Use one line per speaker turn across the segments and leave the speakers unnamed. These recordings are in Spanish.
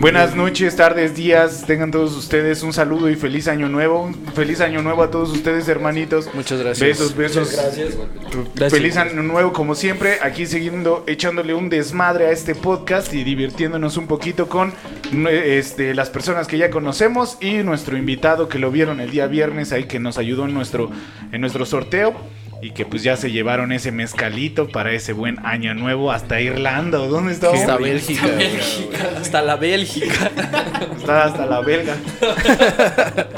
Buenas noches, tardes, días. Tengan todos ustedes un saludo y feliz año nuevo. Un Feliz año nuevo a todos ustedes, hermanitos.
Muchas gracias.
Besos, besos. Tu-
Gracias.
Feliz año nuevo, como siempre. Aquí siguiendo echándole un desmadre a este podcast y divirtiéndonos un poquito con nue- este, las personas que ya conocemos y nuestro invitado que lo vieron el día viernes ahí que nos ayudó en nuestro, en nuestro sorteo. Y que pues ya se llevaron ese mezcalito para ese buen año nuevo hasta Irlanda. ¿o ¿Dónde está?
Hasta Bélgica. güey. Hasta la Bélgica.
Está hasta la belga.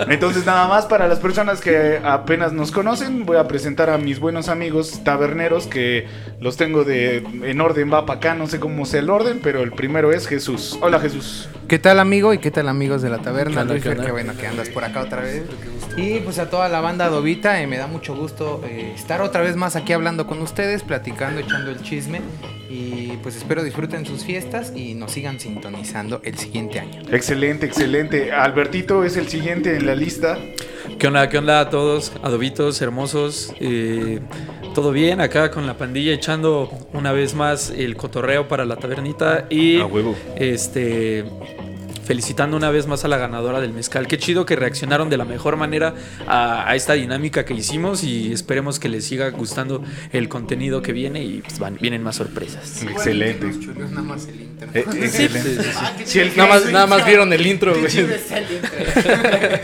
Entonces, nada más para las personas que apenas nos conocen, voy a presentar a mis buenos amigos taberneros que los tengo de en orden, va para acá, no sé cómo sea el orden, pero el primero es Jesús. Hola Jesús.
¿Qué tal amigo y qué tal amigos de la
¿Qué
taberna?
onda,
Luis,
qué
qué,
onda?
bueno que andas por acá otra vez. Y pues a toda la banda Dovita, eh, me da mucho gusto eh, estar otra vez más aquí hablando con ustedes, platicando, echando el chisme. Y pues espero disfruten sus fiestas y nos sigan sintonizando el siguiente año.
Excelente, excelente. Albertito es el siguiente en la lista.
¿Qué onda, qué onda a todos? Adobitos, hermosos. eh, Todo bien acá con la pandilla echando una vez más el cotorreo para la tabernita y este felicitando una vez más a la ganadora del mezcal. Qué chido que reaccionaron de la mejor manera a, a esta dinámica que hicimos y esperemos que les siga gustando el contenido que viene y pues, van- vienen más sorpresas.
Excelente.
Nada más el internet.
Eh, excelente.
Sí, sí, sí.
Sí, el,
Nada más, nada más vieron el intro, güey.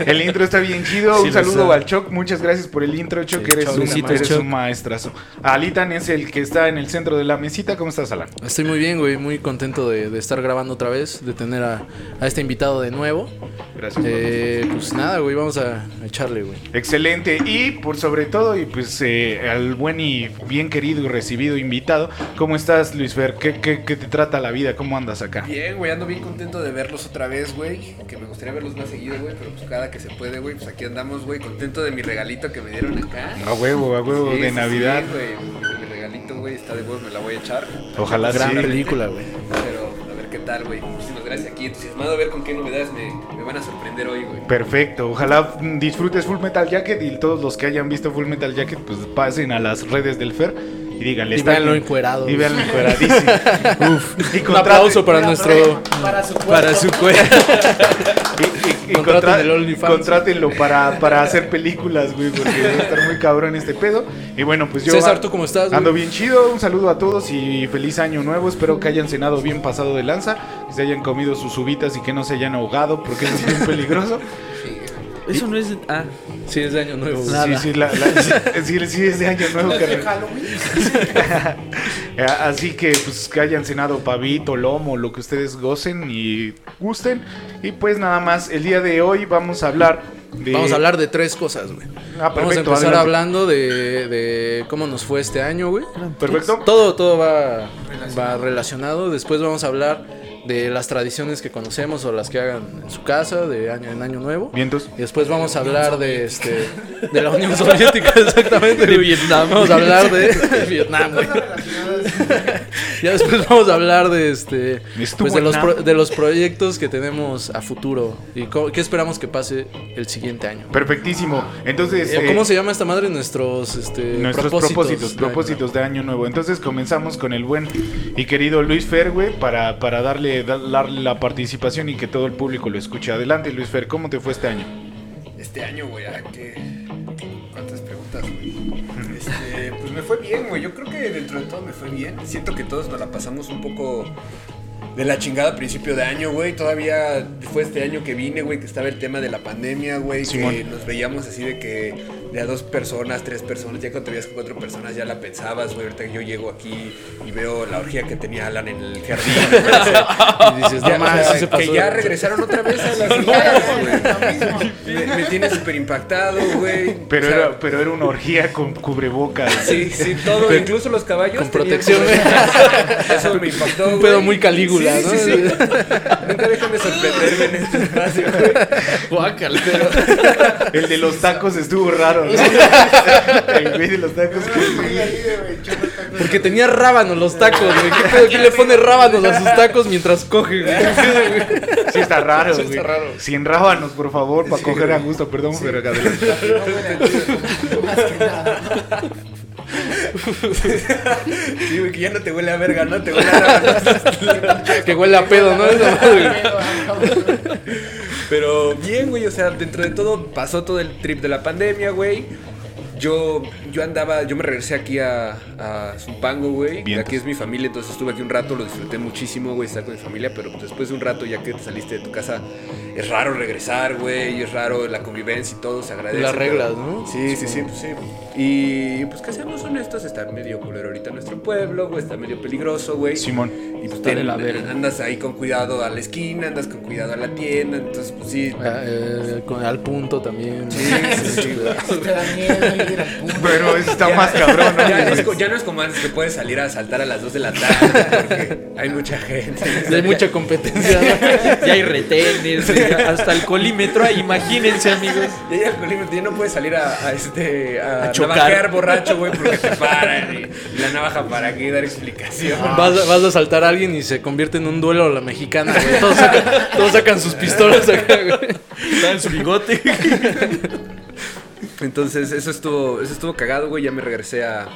el intro está bien chido.
Sí,
un
lo
saludo
está.
al Choc. Muchas gracias por el intro, Choc.
Sí,
eres
Choc,
un,
besito,
eres
Choc.
un maestrazo. Alitan es el que está en el centro de la mesita. ¿Cómo estás, Alan?
Estoy muy bien, güey, muy contento de, de estar grabando otra vez, de tener a, a este invitado de nuevo.
Gracias.
Eh, pues nada, güey, vamos a, a echarle, güey.
Excelente. Y por sobre todo, y pues eh, al buen y bien querido y recibido invitado, ¿cómo estás, Luis Fer? ¿Qué, qué- qué te trata la vida? ¿Cómo andas acá?
Bien, güey, ando bien contento de verlos otra vez, güey. Que me gustaría verlos más seguido, güey, pero pues cada que se puede, güey, pues aquí andamos, güey, contento de mi regalito que me dieron acá.
A huevo, a huevo
Sí,
de
sí,
Navidad.
sí, güey, mi regalito, güey, está de huevos, me la voy a echar.
Ojalá
Gran
sí.
película, güey.
Pero a ver qué tal, güey. Muchísimas gracias aquí, entusiasmado a ver con qué novedades me, me van a sorprender hoy, güey.
Perfecto, ojalá mm, disfrutes Full Metal Jacket y todos los que hayan visto Full Metal Jacket, pues pasen a las redes del Fer y díganle.
Y
"Está
véanlo
bien".
encuerado.
Y véanlo encueradísimo. Uf. Y
Un
contraten-
aplauso para nuestro... Para su cuerpo.
Y- y- y
Contraten
contra-
el OnlyFans.
Contrátenlo para, para hacer películas, güey, porque va a estar muy cabrón este pedo. Y bueno, pues yo.
César, ¿tú cómo estás, güey?
Ando bien chido. Un saludo a todos y feliz año nuevo. Espero que hayan cenado bien pasado de lanza, que se hayan comido sus uvitas y que no se hayan ahogado, porque eso es bien peligroso.
Eso no es... Ah,
Sí, es de año nuevo. güey.
Nada.
Sí, sí, la- la- sí, sí, sí, es de año nuevo, carnal. Eh, Así que pues que hayan cenado pavito, lomo, lo que ustedes gocen y gusten. Y pues nada más, el día de hoy vamos a hablar de...
Vamos a hablar de tres cosas, güey.
Ah,
Vamos a
perfecto,
empezar
adelante.
hablando de, de cómo nos fue este año, güey.
Perfecto.
Todo, todo va relacionado. va relacionado. Después vamos a hablar de las tradiciones que conocemos o las que hagan en su casa de año en año nuevo.
Vientos.
Y después vamos a hablar de este de la Unión Soviética, exactamente.
de
güey.
Vietnam.
Vamos a hablar de Vietnam, güey. ya después vamos a hablar de este
Estuvo
pues de los
en
pro-
Nam.
de los proyectos que tenemos a futuro y co- qué esperamos que pase el siguiente año.
Perfectísimo. Entonces...
¿O
eh,
¿Cómo se llama esta madre? Nuestros, este,
Nuestros propósitos,
de
propósitos de año nuevo. Entonces comenzamos con el buen y querido Luis Fer, güey, para, para darle, da- darle la participación y que todo el público lo escuche. Adelante, Luis Fer, ¿cómo te fue este año?
Este año, güey, ah, qué... ¿Cuántas preguntas, güey? Este, pues me fue bien, güey. Yo creo que dentro de todo me fue bien. Siento que todos nos la pasamos un poco de la chingada a principio de año, güey. Todavía fue este año que vine, güey, que estaba el tema de la pandemia, güey. Que
Simón.
nos veíamos así de que de a dos personas, tres personas. Ya cuando te veías con cuatro personas ya la pensabas, güey. Ahorita que yo llego aquí y veo la orgía que tenía Alan en el jardín. me parece.
Y dices,
Ya,
no mames,
o sea,
sí se pasó
que
de
ya
lanza".
regresaron otra vez a las fijadas, güey. me, me tiene súper impactado, güey.
Pero,
O sea,
era, pero era una orgía con cubrebocas.
Sí, sí, todo, incluso los caballos.
Con
tenían-
protección, güey.
Eso me impactó,
Un pedo
güey.
muy Calígula,
Sí,
¿no?
sí, sí. Nunca dejan de sorprenderme en este espacio, güey.
Guácala.
El de los tacos estuvo raro, ¿no? El güey de los tacos.
Porque tenía rábanos los tacos, güey. ¿Qué pedo? ¿Quién le pone rábanos a sus tacos mientras coge, güey?
Sí, está raro, güey.
está raro.
Sin rábanos, por favor, para coger a gusto. Perdón, pero adelante.
Sí, güey, que ya no te huele a verga, ¿no? Te huele a verga.
Que huele a pedo, ¿no? Esa madre, güey.
Pero bien, güey, o sea, dentro de todo pasó todo el trip de la pandemia, güey. Yo, yo andaba, yo me regresé aquí a, a Zumpango, güey.
Vientos.
Aquí es mi familia, entonces estuve aquí un rato, lo disfruté muchísimo, güey, estar con mi familia, pero pues, después de un rato, ya que te saliste de tu casa, es raro regresar, güey, es raro la convivencia y todo, se agradece.
Las
pero-
reglas, ¿no?
Sí, sí, sí, pues sí. Y pues que seamos honestos, está medio culero ahorita nuestro pueblo, güey, está medio peligroso, güey.
Simón.
Y pues
Está de
ten-
la verga.
andas ahí con cuidado a la esquina, andas con cuidado a la tienda, entonces pues sí.
Ah, eh, con- al punto también.
Sí, sí, sí, güey.
Te da miedo ir al punto.
Pero eso está más cabrón, ¿no?
Ya no, es, co- ya no es como antes que puedes salir a saltar a las 2 de la tarde porque hay mucha
Ya
gente.
hay mucha competencia. ¿no?
Ya hay retenes, güey, hasta el colímetro, ahí, imagínense, amigos.
Ya, ya, Colima, ya no puedes salir a, a, este a,
A chocar.
navajear borracho, güey, porque te paran. Y y la navaja para qué dar explicación.
Vas, vas a saltar a alguien y se convierte en un duelo a la mexicana, güey. Todos sacan, todos sacan sus pistolas acá, güey.
Está en su bigote.
Entonces, eso estuvo, eso estuvo cagado, güey. Ya me regresé a.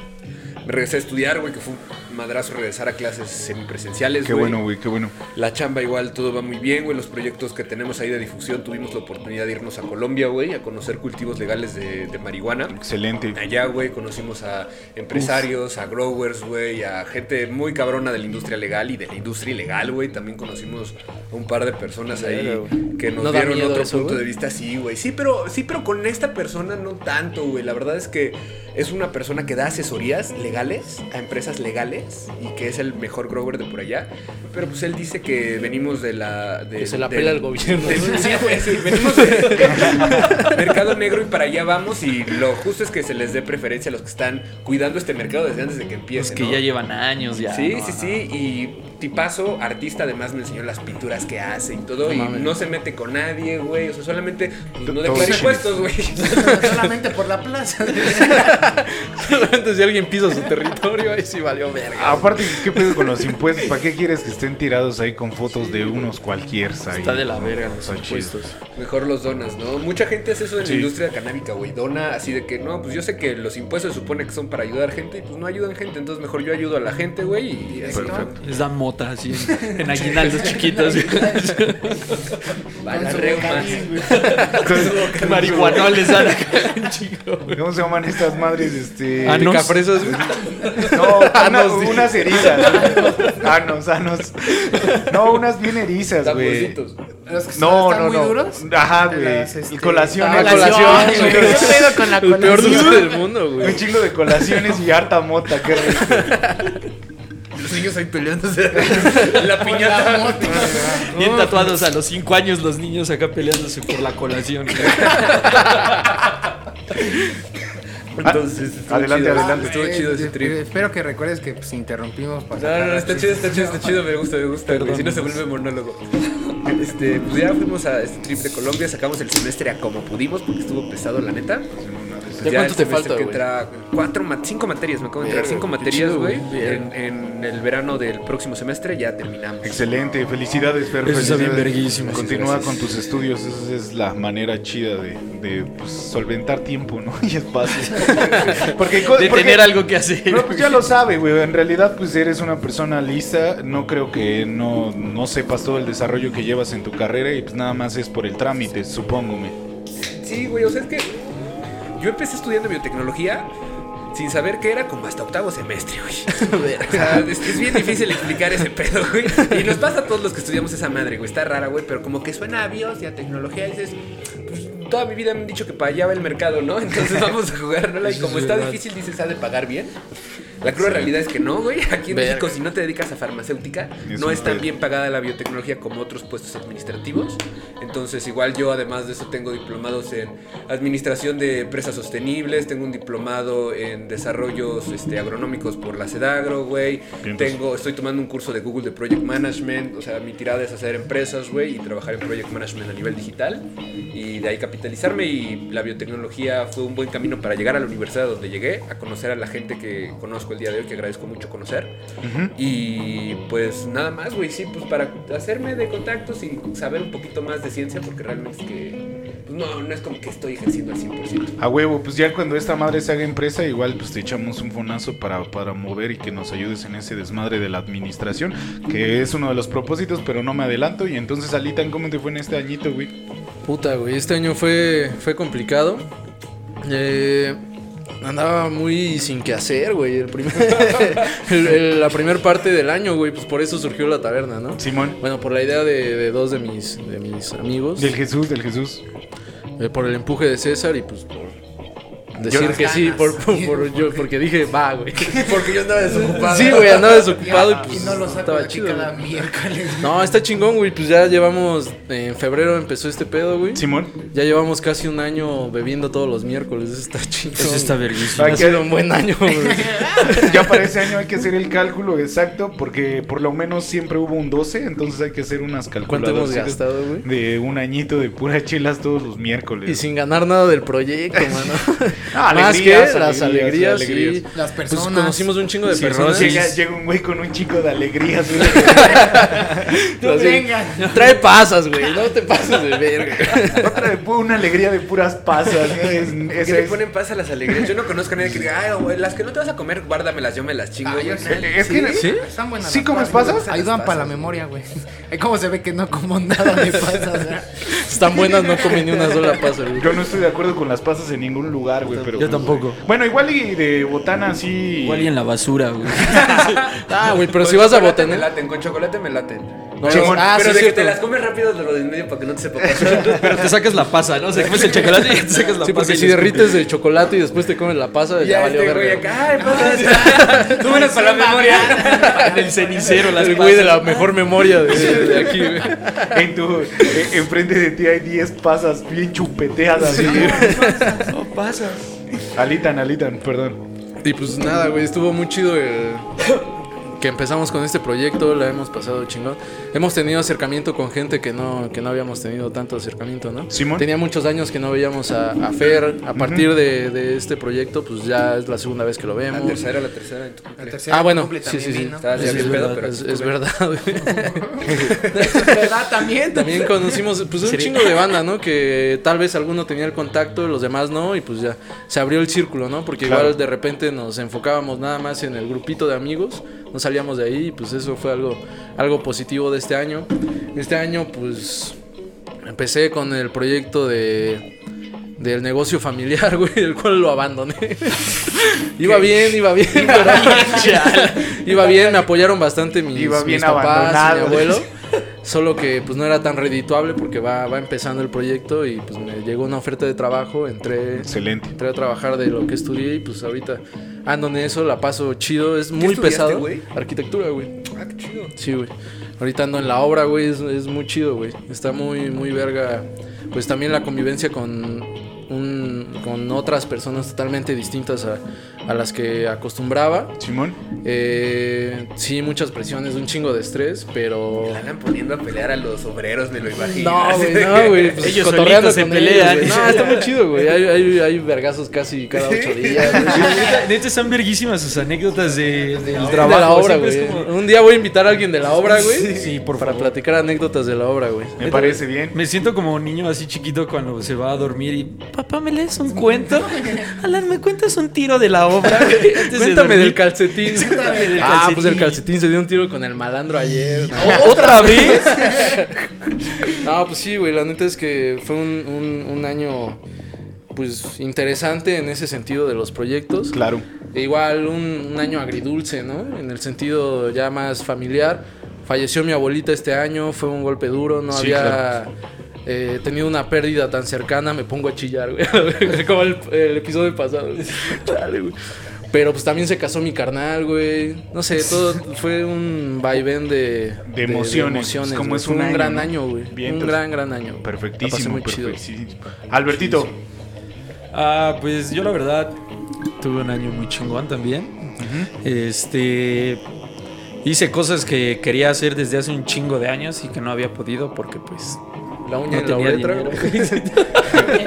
Me regresé a estudiar, güey, que fue un madrazo regresar a clases semipresenciales,
Qué
güey.
bueno, güey, qué bueno.
La chamba igual, todo va muy bien, güey. Los proyectos que tenemos ahí de difusión, tuvimos la oportunidad de irnos a Colombia, güey, a conocer cultivos legales de, de marihuana.
Excelente.
Allá, güey, conocimos a empresarios, a growers, güey, a gente muy cabrona de la industria legal y de la industria ilegal, güey. También conocimos a un par de personas
Claro,
ahí
güey.
que nos
¿No da
dieron
miedo
otro
eso,
punto
güey?
de vista, sí, güey. Sí, pero sí, pero con esta persona no tanto, güey. La verdad es que es una persona que da asesorías legales a empresas legales y que es el mejor grower de por allá. Pero pues él dice que venimos de la de-
Que se la
del-
pela el gobierno,
del-
¿no?
sí, güey, sí, venimos de- Mercado negro y para allá vamos y lo justo es que se les dé preferencia a los que están cuidando este mercado desde antes de que
Es
empiece.
que
¿no?
ya llevan años ya.
Sí,
¿no?
sí, sí. Y tipazo, artista, además me enseñó las pinturas que hace y todo.
No
y
mames.
no se mete con nadie, güey. O sea, solamente pues, no
Todo
declara
chill.
impuestos, güey.
Solamente por la plaza.
Solamente si alguien pisa su territorio, ahí sí valió verga.
Aparte, ¿qué pedo con los impuestos? ¿Para qué quieres que estén tirados ahí con fotos de unos cualquier? ahí?
Está de la verga
No,
los
está chido.
impuestos.
Pues, Mejor los donas, ¿no? Mucha gente hace eso en
Sí.
la industria canábica, güey. Dona así de que, no, pues yo sé que los impuestos se supone que son para ayudar gente y pues no ayudan gente. Entonces mejor yo ayudo a la gente, güey. Y, así, ¿no?
Perfecto.
Les dan mota así en, en aguinaldos chiquitos.
Va
Con
la
su
reuma.
bocadín, güey.
Entonces,
Marihuanol les dan acá un chico.
¿Cómo se llaman estas madres? Este.
Ah, no.
Picafresas, güey.
No, una- unas erizas. Anos, anos. No, unas bien erizas, güey.
Tamborcitos.
Los que
No,
están
no,
muy
no.
duros.
Ajá, güey.
Las, este,
Y colaciones.
ah,
güey.
colaciones, güey. ¿Qué pedo con la
El peor
colación?
dulce del mundo,
Un
güey.
chingo de colaciones y harta mota, qué rico.
Los niños ahí peleándose. la
La
piñata.
mota.
Bien tatuados a los 5 años los niños acá peleándose por la colación.
Entonces, estuvo
Adelante,
chido.
adelante.
Estuvo
Eh,
chido ese
eh,
trip.
Espero que recuerdes que pues, interrumpimos para
Ah,
No, no,
sacar
Ah, no,
los
está chido,
chistes.
está chido, está chido, me gusta, me gusta. güey. Si no se vuelve monólogo. Este, pues ya fuimos a este trip de Colombia, sacamos el semestre a como pudimos porque estuvo pesado, la neta. Pues
¿Ya cuánto
el
te
semestre
falta,
que
güey?
entra cuatro, ma- cinco materias, me acabo de entrar
Bien,
cinco
qué
materias,
chido,
güey.
güey.
En, en el verano del próximo semestre ya terminamos.
Excelente, felicidades, Fer.
Eso está bien
felicidades.
verguísima.
Continúa con tus estudios, esa es la manera chida de, de, pues, solventar tiempo, ¿no? Y espacio. porque, co-
De
porque-
tener algo que hacer.
No, pues ya lo sabe, güey. En realidad, pues eres una persona lista. No creo que no, no sepas todo el desarrollo que llevas en tu carrera y pues nada más es por el trámite, supongo, me.
Sí, güey, o sea, es que yo empecé estudiando biotecnología sin saber qué era como hasta octavo semestre, güey. O sea, es, es bien difícil explicar ese pedo, güey. Y nos pasa a todos los que estudiamos esa madre, güey. Está rara, güey, pero como que suena a bios y a tecnología y dices... pues, Toda mi vida me han dicho que para allá va el mercado, ¿no? Entonces vamos a jugar, ¿no? Y como está difícil, dices, ha de pagar bien. La cruda realidad es que no, güey. Aquí en
Verga.
México, si no te dedicas a farmacéutica,
Es
no
un
es tan
pedo.
bien pagada la biotecnología como otros puestos administrativos. Entonces, igual yo además de eso tengo diplomados en administración de empresas sostenibles, tengo un diplomado en desarrollos este, agronómicos por la Sedagro, güey.
Vientos.
Tengo, estoy tomando un curso de Google de Project Management, o sea, mi tirada es hacer empresas, güey, y trabajar en Project Management a nivel digital y de ahí capitalizarme y la biotecnología fue un buen camino para llegar a la universidad donde llegué, a conocer a la gente que conozco el día de hoy, que agradezco mucho conocer. Y pues nada más, güey, sí, pues para hacerme de contactos y saber un poquito más de ciencia, porque realmente es que pues, no, no es como que estoy ejerciendo al 100%.
A huevo, pues ya cuando esta madre se haga empresa, igual pues te echamos un fonazo para, para mover y que nos ayudes en ese desmadre de la administración, que es uno de los propósitos, pero no me adelanto. Y entonces, Alitan, ¿cómo te fue en este añito, güey?
Puta, güey, este año fue, fue complicado. Eh, andaba muy sin qué hacer, güey. El primer, el- el- la primera parte del año, güey, pues por eso surgió la taberna, ¿no?
Simón.
Bueno, por la idea de, de dos de mis, de mis amigos.
Del Jesús, del Jesús.
Eh, por el empuje de César y pues por decir
Yo las
que sí,
ganas.
por, por- por- yo, porque dije, va, güey.
Porque yo andaba desocupado.
Sí, güey, andaba
Y,
desocupado y
y
pues
no lo saco de
estaba
aquí
chido.
cada
güey.
miércoles.
No, está chingón, güey, pues ya llevamos, en febrero empezó este pedo, güey.
Simón.
Ya llevamos casi un año bebiendo todos los miércoles, eso está chingón.
Eso está verguísimo.
Ay,
Ha sido un buen año, güey.
Ya para ese año hay que hacer el cálculo exacto, porque por lo menos siempre hubo un 12, entonces hay que hacer unas
¿Cuánto hemos
calculadoras
gastado, güey?
de un añito de puras chelas todos los miércoles.
Y sin ganar nada del proyecto, mano.
Ah,
Más
alegrías,
que las
alegrías,
alegrías,
alegrías.
sí.
Las
Pues
personas.
conocimos un chingo de
Sí,
personas.
llega, llega un güey con un chico de alegrías. güey.
Tú
Así,
venga.
Trae pasas, güey. No te pases de verga.
Otra de pu- una alegría de puras pasas. ¿no? Es-
Que
esa
le
es-
ponen paz a las alegrías. Yo no conozco a nadie que diga, ay, güey, las que no te vas a comer, guárdamelas, yo me las chingo.
Ah, yo
güey".
sé.
Eh,
Es que
¿Sí?
¿Sí?
Están buenas
¿Sí
las
comes pasas?
Ayudan para la memoria, güey. Ahí como se ve que no como nada de pasas. ¿verdad?
Están buenas, no comí ni una sola pasa, güey.
Yo no estoy de acuerdo con las pasas en ningún lugar, güey. Pero
Yo
pues,
tampoco.
Bueno, igual y de botana sí.
Igual y en la basura, güey.
Ah, güey, pero
Con
si vas a
chocolate Me
botanear.
laten, con chocolate me laten.
No,
Chimón.
ah,
pero
sí,
de que
cierto.
te las comes rápido de lo de en medio para que no te sepa pasar.
Pero te sacas la pasa, ¿no? Se comes el chocolate y te sacas la
Sí,
pasa.
porque
y
si
le escupes.
derrites el chocolate y después te comes la pasa, ya,
ya
valió
este güey
verga.
acá, ay, pasas. Tú buenas para la memoria.
el cenicero, las
El güey de
pasas.
la mejor memoria de, de aquí, güey.
En tu. eh, Enfrente de ti hay 10 pasas bien chupeteadas. güey.
No pasas.
Alitan, Alitan, perdón.
Y pues nada, güey, estuvo muy chido el... que empezamos con este proyecto, la hemos pasado chingón. Hemos tenido acercamiento con gente que no, que no habíamos tenido tanto acercamiento, ¿no?
Simón.
Tenía muchos años que no veíamos a, a Fer. A partir de, de este proyecto, pues ya es la segunda vez que lo
La
vemos.
tercera, la tercera. en tu
La
cumple.
tercera
Ah, bueno,
cumple
sí, sí,
también
sí. Ah,
vino.
Estabas ya
Es,
bien
es
pedo,
verdad,
pero
es,
tu
es
cumple.
verdad, güey.
¿Verdad? También.
También conocimos pues, un chingo de banda, ¿no? Que tal vez alguno tenía el contacto, los demás no, y pues ya se abrió el círculo, ¿no? Porque
Claro.
igual de repente nos enfocábamos nada más en el grupito de amigos, no salíamos de ahí, y pues eso fue algo, algo positivo de este año. Este año, pues empecé con el proyecto de. Del negocio familiar, güey, el cual lo abandoné. iba bien, iba bien, pero. iba bien, me apoyaron bastante mis,
Iba bien
mis papás, mi
abandonado.
abuelo. Solo que pues no era tan redituable porque va, va empezando el proyecto y pues me llegó una oferta de trabajo, entré,
Excelente.
entré a trabajar de lo que estudié y pues ahorita ando en eso, la paso chido, es muy
estudiaste,
pesado.
güey?
Arquitectura, güey.
Ah, qué chido.
Sí, güey. Ahorita ando en la obra, güey, es, es muy chido, güey. Está muy, muy verga. Pues también la convivencia con, un- con otras personas totalmente distintas a, a las que acostumbraba.
Simón.
Eh, sí, muchas presiones, un chingo de estrés, pero...
La andan poniendo a pelear a los obreros, me lo imagino.
No,
Así
Ah, güey,
de
no,
que-
güey. Pues,
Ellos
cotorreando
solitos se
con
pelean.
güey. no, está muy chido, güey. Hay, hay, hay vergazos casi cada ocho días. güey.
Neta, neta están verguísimas sus anécdotas de, del trabajo.
de la obra,
Siempre
güey.
es como-
Un día voy a invitar a alguien de la obra, güey.
Sí, sí, por
para
favor.
platicar anécdotas de la obra, güey.
Me parece bien.
Me siento como un niño así chiquito cuando se va a dormir y... Papá, ¿me lees un cuento? Alan, ¿me cuentas un tiro de la obra? güey?
Este
Antes de
Cuéntame
dormir.
del calcetín.
Cuéntame del
Ah, pues el
calcetín.
calcetín se dio un tiro con el malandro ayer. ¿no?
¿Otra vez?
No, pues sí, güey, la neta es que fue un, un, un año pues interesante en ese sentido de los proyectos.
Claro.
E igual un, un año agridulce, ¿no? En el sentido ya más familiar. Falleció mi abuelita este año, fue un golpe duro, no
Sí,
había eh, tenido una pérdida tan cercana, me pongo a chillar, güey. Como el, el episodio pasado. Chale, güey. Pero pues también se casó mi carnal, güey. No sé, todo fue un vaivén de,
De emociones, pues, como
güey.
es
Fue
un
un,
año,
gran
¿no?
año, güey. Un
Vientos.
gran, gran año. güey. La pasé
Perfectísimo,
muy chido.
perfectísimo. Albertito.
Ah, pues yo la verdad tuve un año muy chingón también. Este hice cosas que quería hacer desde hace un chingo de años y que no había podido porque pues
La
no
uña en la
tenía
uretra,
dinero.
güey.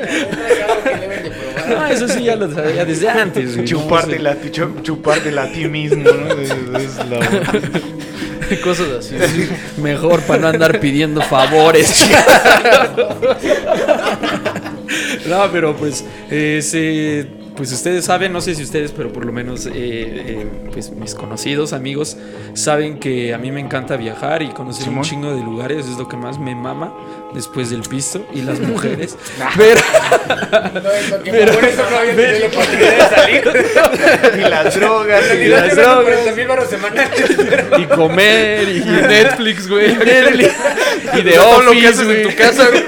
No, ah, eso sí ya lo sabía desde antes. güey.
Chupártela, a ti- chu- chupártela a ti mismo, ¿no? Es- es la-
Cosas así.
Mejor para no andar pidiendo favores. chingada. no, pero pues, eh, sí, pues ustedes saben, no sé si ustedes, pero por lo menos eh, eh, pues mis conocidos, amigos, saben que a mí me encanta viajar y conocer un
Simón.
chingo de lugares. Es lo que más me mama después del pisto y las mujeres. pero, pero-
Y las drogas. y
las
las-
drogas.
mil baros semanales.
y comer y
Netflix, güey.
y de
Todo lo que
Office,
haces en
güey.
tu casa, güey.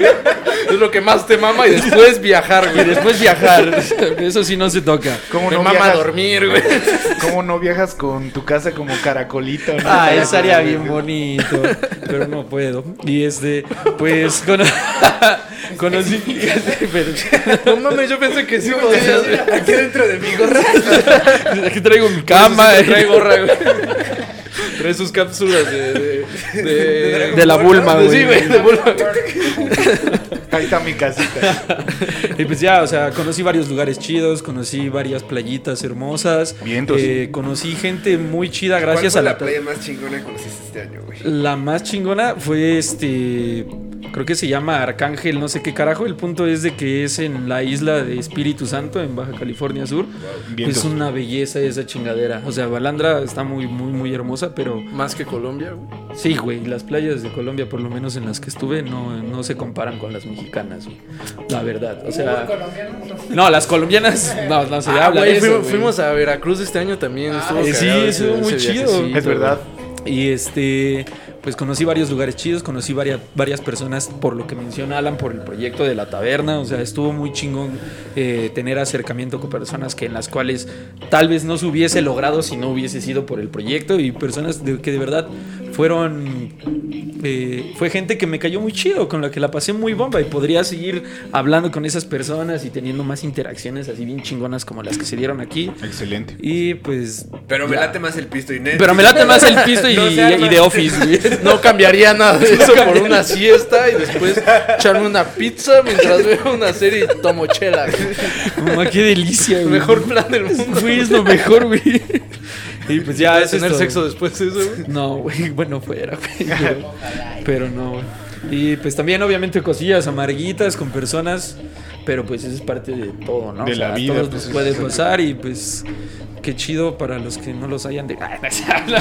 Es lo que más te mama y después viajar,
Y
güey.
después viajar. Eso sí no se toca.
¿Cómo
Me
no,
mama
viajas,
dormir, güey.
¿Cómo no viajas con tu casa como caracolito? no?
Ah, estaría bien bonito, pero no puedo. Y este, pues con- conocí.
No mames, yo pensé que sí podías. güey.
Aquí dentro de mi gorra.
Aquí traigo mi cama, eh.
Trae gorra, güey. Trae sus cápsulas de. de, de-
De la Bulma, güey.
Sí, güey, de Bulma.
Ahí está mi casita.
Y pues ya, o sea, conocí varios lugares chidos, conocí varias playitas hermosas.
Vientos.
Eh, conocí gente muy chida
¿Cuál
gracias
fue
a
la
la.
playa más chingona que conociste este año, güey?
La más chingona fue este. Creo que se llama Arcángel, no sé qué carajo. El punto es de que es en la isla de Espíritu Santo, en Baja California Sur.
Vientos.
Es una belleza esa chingadera. O sea, Balandra está muy, muy, muy hermosa, pero
Más que Colombia, güey.
sí, güey. Las playas de Colombia, por lo menos en las que estuve, no, no se comparan con las mexicanas, güey. La verdad. O sea. No, las colombianas. No, no se
Ah,
habla.
güey,
de eso,
fuimos,
güey.
fuimos a Veracruz este año también. estuvo
eh, sí,
cagado
estuvo muy chido.
viajecito,
Es verdad.
Y este, pues conocí varios lugares chidos, conocí varias, varias personas, por lo que menciona Alan, por el proyecto de la taberna. O sea, estuvo muy chingón eh, tener acercamiento con personas que en las cuales tal vez no se hubiese logrado si no hubiese sido por el proyecto y personas de- que de verdad fueron. eh, fue gente que me cayó muy chido, con la que la pasé muy bomba y podría seguir hablando con esas personas y teniendo más interacciones así bien chingonas como las que se dieron aquí.
Excelente.
Y pues
Pero me
Ya.
late más el pisto y net.
pero me late más el pisto y,
No se
y-
arma.
y de office, güey.
güey. No cambiaría nada de eso por una siesta y después echarme una pizza mientras veo una serie y tomo chela. güey.
Mamá, qué delicia,
El
güey.
mejor plan del mundo.
Güey, es lo mejor, güey. Y pues ya
¿Puedes
es
tener
esto.
sexo después de eso, güey?
No, güey, bueno, fuera, güey. Pero, pero no, güey. Y pues también, obviamente, cosillas amarguitas con personas. Pero pues eso es parte de todo, ¿no?
De la vida,
Todo
pues,
nos
es-
puede pasar y pues. Qué chido para los que no los hayan de.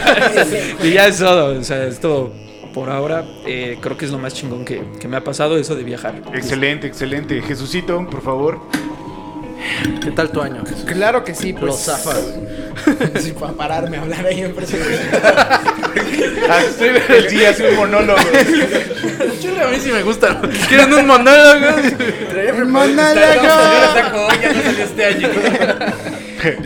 y ya es todo. O sea, es todo por ahora. eh, creo que es lo más chingón que, que me ha pasado, eso de viajar.
Excelente, excelente. Jesucito, por favor.
¿Qué tal tu año?
Claro que sí, pues.
Los zafas.
Sí, para pararme a hablar ahí en presencia.
Haz- Ah, El día hace un monólogo.
Chela, a mí sí me gusta. ¿Quieren un monólogo?
ya no salió este año.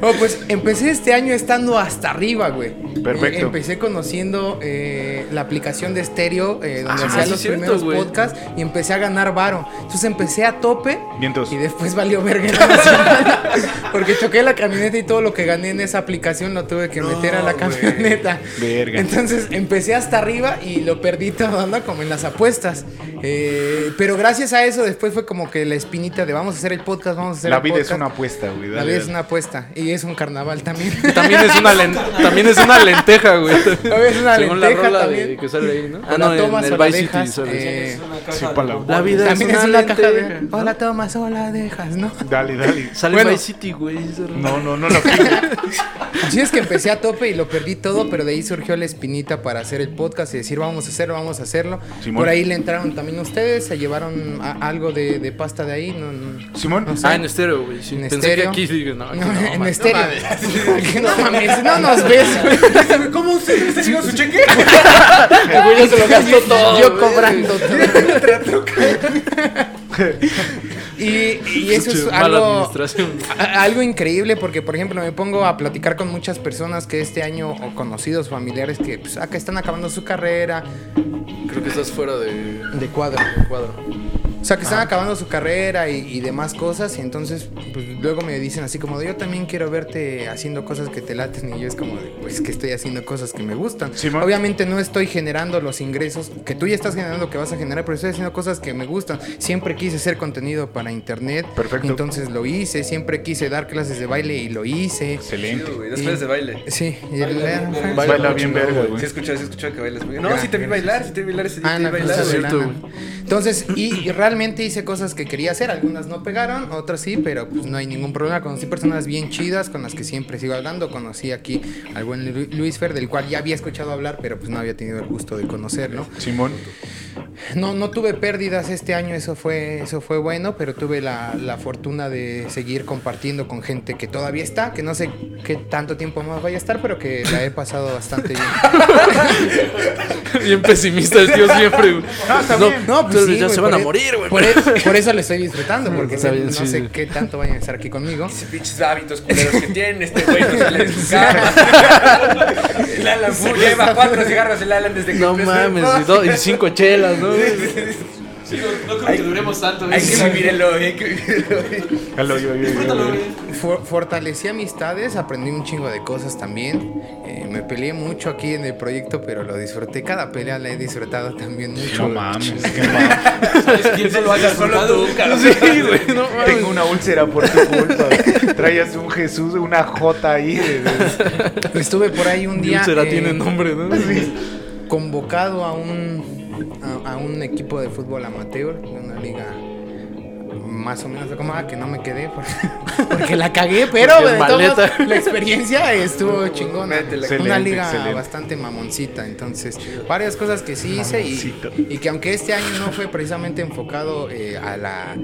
No, pues empecé este año estando hasta arriba, güey.
Perfecto.
Eh, empecé conociendo eh, la aplicación de estéreo, eh, donde
Ah,
hacía
sí,
los
cierto,
primeros
güey.
podcasts y empecé a ganar varo. Entonces empecé a tope
Vientos.
y después valió verga la semana, porque choqué la camioneta y todo lo que gané en esa aplicación lo tuve que meter a la camioneta.
Verga.
Entonces empecé hasta arriba y lo perdí todo, ¿no? Como en las apuestas. Eh, pero gracias a eso después fue como que la espinita de vamos a hacer el podcast, vamos a hacer
La
el
vida es
podcast.
una apuesta, güey.
La
dale,
vida es
dale.
una apuesta y es un carnaval también.
También es una, len- también es una lenteja, güey.
También es una
Según
lenteja
la rola
también. Ah,
De, que sale ahí, Ah, ¿no?
Hola, Tomás, hola, dejas,
¿sabes?
eh,
Sí, pa' la-
La vida
También es una caja de.
lenteja.
Hola, Tomás, hola, dejas, ¿no?
Dale, dale.
Sale
Bueno.
Vice City, güey. esa rola.
No, no, no lo quiero.
Así es que empecé a tope y lo perdí todo, pero de ahí surgió la espinita para hacer el podcast y decir, vamos a hacerlo, vamos a hacerlo.
Simón.
Por ahí le entraron también ustedes, se llevaron a- algo de, de pasta de ahí. No, no.
Simón,
Ah, en estéreo, güey. sí.
En
Pensé
estéreo.
que aquí digo, no, aquí
No,
no,
en
man.
estéreo. Que No mames, no nos ves.
¿Cómo usted recibió su cheque?
Güey, ya se lo gasto todo.
Yo
güey.
cobrando todo. Y, y eso es
Mala
algo,
administración.
A- Algo increíble porque, por ejemplo, me pongo a platicar con muchas personas que este año, o conocidos, familiares, que pues, acá están acabando su carrera
Creo que estás fuera de
de cuadro.
cuadro.
O sea, que
Ah,
están acabando su carrera y, y demás cosas. Y entonces, pues, luego me dicen así como, de, yo también quiero verte haciendo cosas que te laten. Y yo es como, de, pues que estoy haciendo cosas que me gustan.
Simón.
Obviamente no estoy generando los ingresos que tú ya estás generando, que vas a generar, pero estoy haciendo cosas que me gustan. Siempre quise hacer contenido para internet.
Perfecto.
Entonces lo hice. Siempre quise dar clases de baile y lo hice.
Excelente.
güey, las clases de baile.
Sí. y-
Baila,
Ajá.
Baila bien verga, güey.
Sí, escucha, sí, escucha que bailas. muy bien. No, si te vi bailar, si te vi bailar ese día.
Ah,
te vi
no,
bailar,
pues,
güey.
lana. Entonces, y, y realmente hice cosas que quería hacer. Algunas no pegaron, otras sí, pero pues no hay ningún problema. Conocí personas bien chidas con las que siempre sigo hablando. Conocí aquí al buen Lu- Luis Fer, del cual ya había escuchado hablar, pero pues no había tenido el gusto de conocer, ¿no?
Simón.
No, no tuve pérdidas este año, eso fue, eso fue bueno, pero tuve la, la fortuna de seguir compartiendo con gente que todavía está, que no sé qué tanto tiempo más vaya a estar, pero que la he pasado bastante bien.
Bien pesimista el tío siempre, güey.
No, está bien.
No, pues sí,
ya
güey,
se van
por
a
e-
morir, güey.
Por, e- por eso le estoy disfrutando, porque
Está
no-
bien,
no
sí,
sé
sí.
qué tanto vayan a estar aquí conmigo.
Esos pinches hábitos culeros que tiene este güey, no sale de su cama. El Alan Moore lleva cuatro cigarros el Alan desde que
No
empezó.
mames, y, do- y cinco chelas, ¿no?
No creo que duremos tanto.
Hay que vivirlo, hay que vivirlo.
Hello, yo, yo, yo, yo.
For- fortalecí amistades, aprendí un chingo de cosas también. Eh, me peleé mucho aquí en el proyecto, pero lo disfruté. Cada pelea la he disfrutado también mucho.
No mames, qué mames.
¿Quién se lo ha
Solo tú, cabrón.
Sí, güey, no
Tengo
mames.
una úlcera por tu culpa. Traías un Jesús, una J ahí. de- de-
Estuve por ahí un día
Úlcera
eh,
tiene nombre, ¿no? ¿Este
convocado a un, a, a un equipo de fútbol amateur de una liga más o menos como ah, que no me quedé por- porque, la cagué, pero
Porque es
de todos modos,
maleta.
la experiencia estuvo chingona.
Métela.
una
Excelente,
liga
excelente.
bastante mamoncita, entonces varias cosas que sí hice y,
Mamoncito.
y que aunque este año no fue precisamente enfocado eh, a la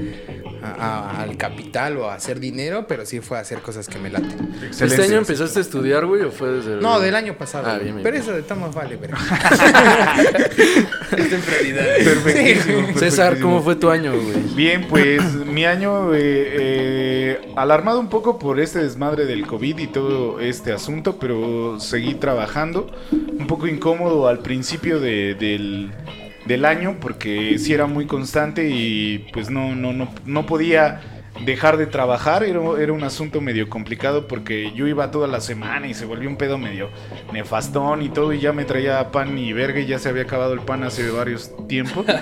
a- a- al capital o a hacer dinero, pero sí fue a hacer cosas que me laten.
Excelente.
¿Este año empezaste a estudiar, güey, o fue desde el-
No, del año pasado.
Ah, bien, bien.
Pero eso de tomas vale, pero.
Está en prioridad.
Perfectísimo.
César,
perfectísimo.
¿cómo fue tu año, güey?
Bien, pues mi año eh, eh, alarmado un poco por este desmadre del COVID y todo este asunto, pero seguí trabajando. Un poco incómodo al principio de- del, del año porque sí era muy constante y pues no, no, no, no podía dejar de trabajar. Era, era un asunto medio complicado porque yo iba toda la semana y se volvió un pedo medio nefastón y todo y ya me traía pan y verga y ya se había acabado el pan hace varios tiempos.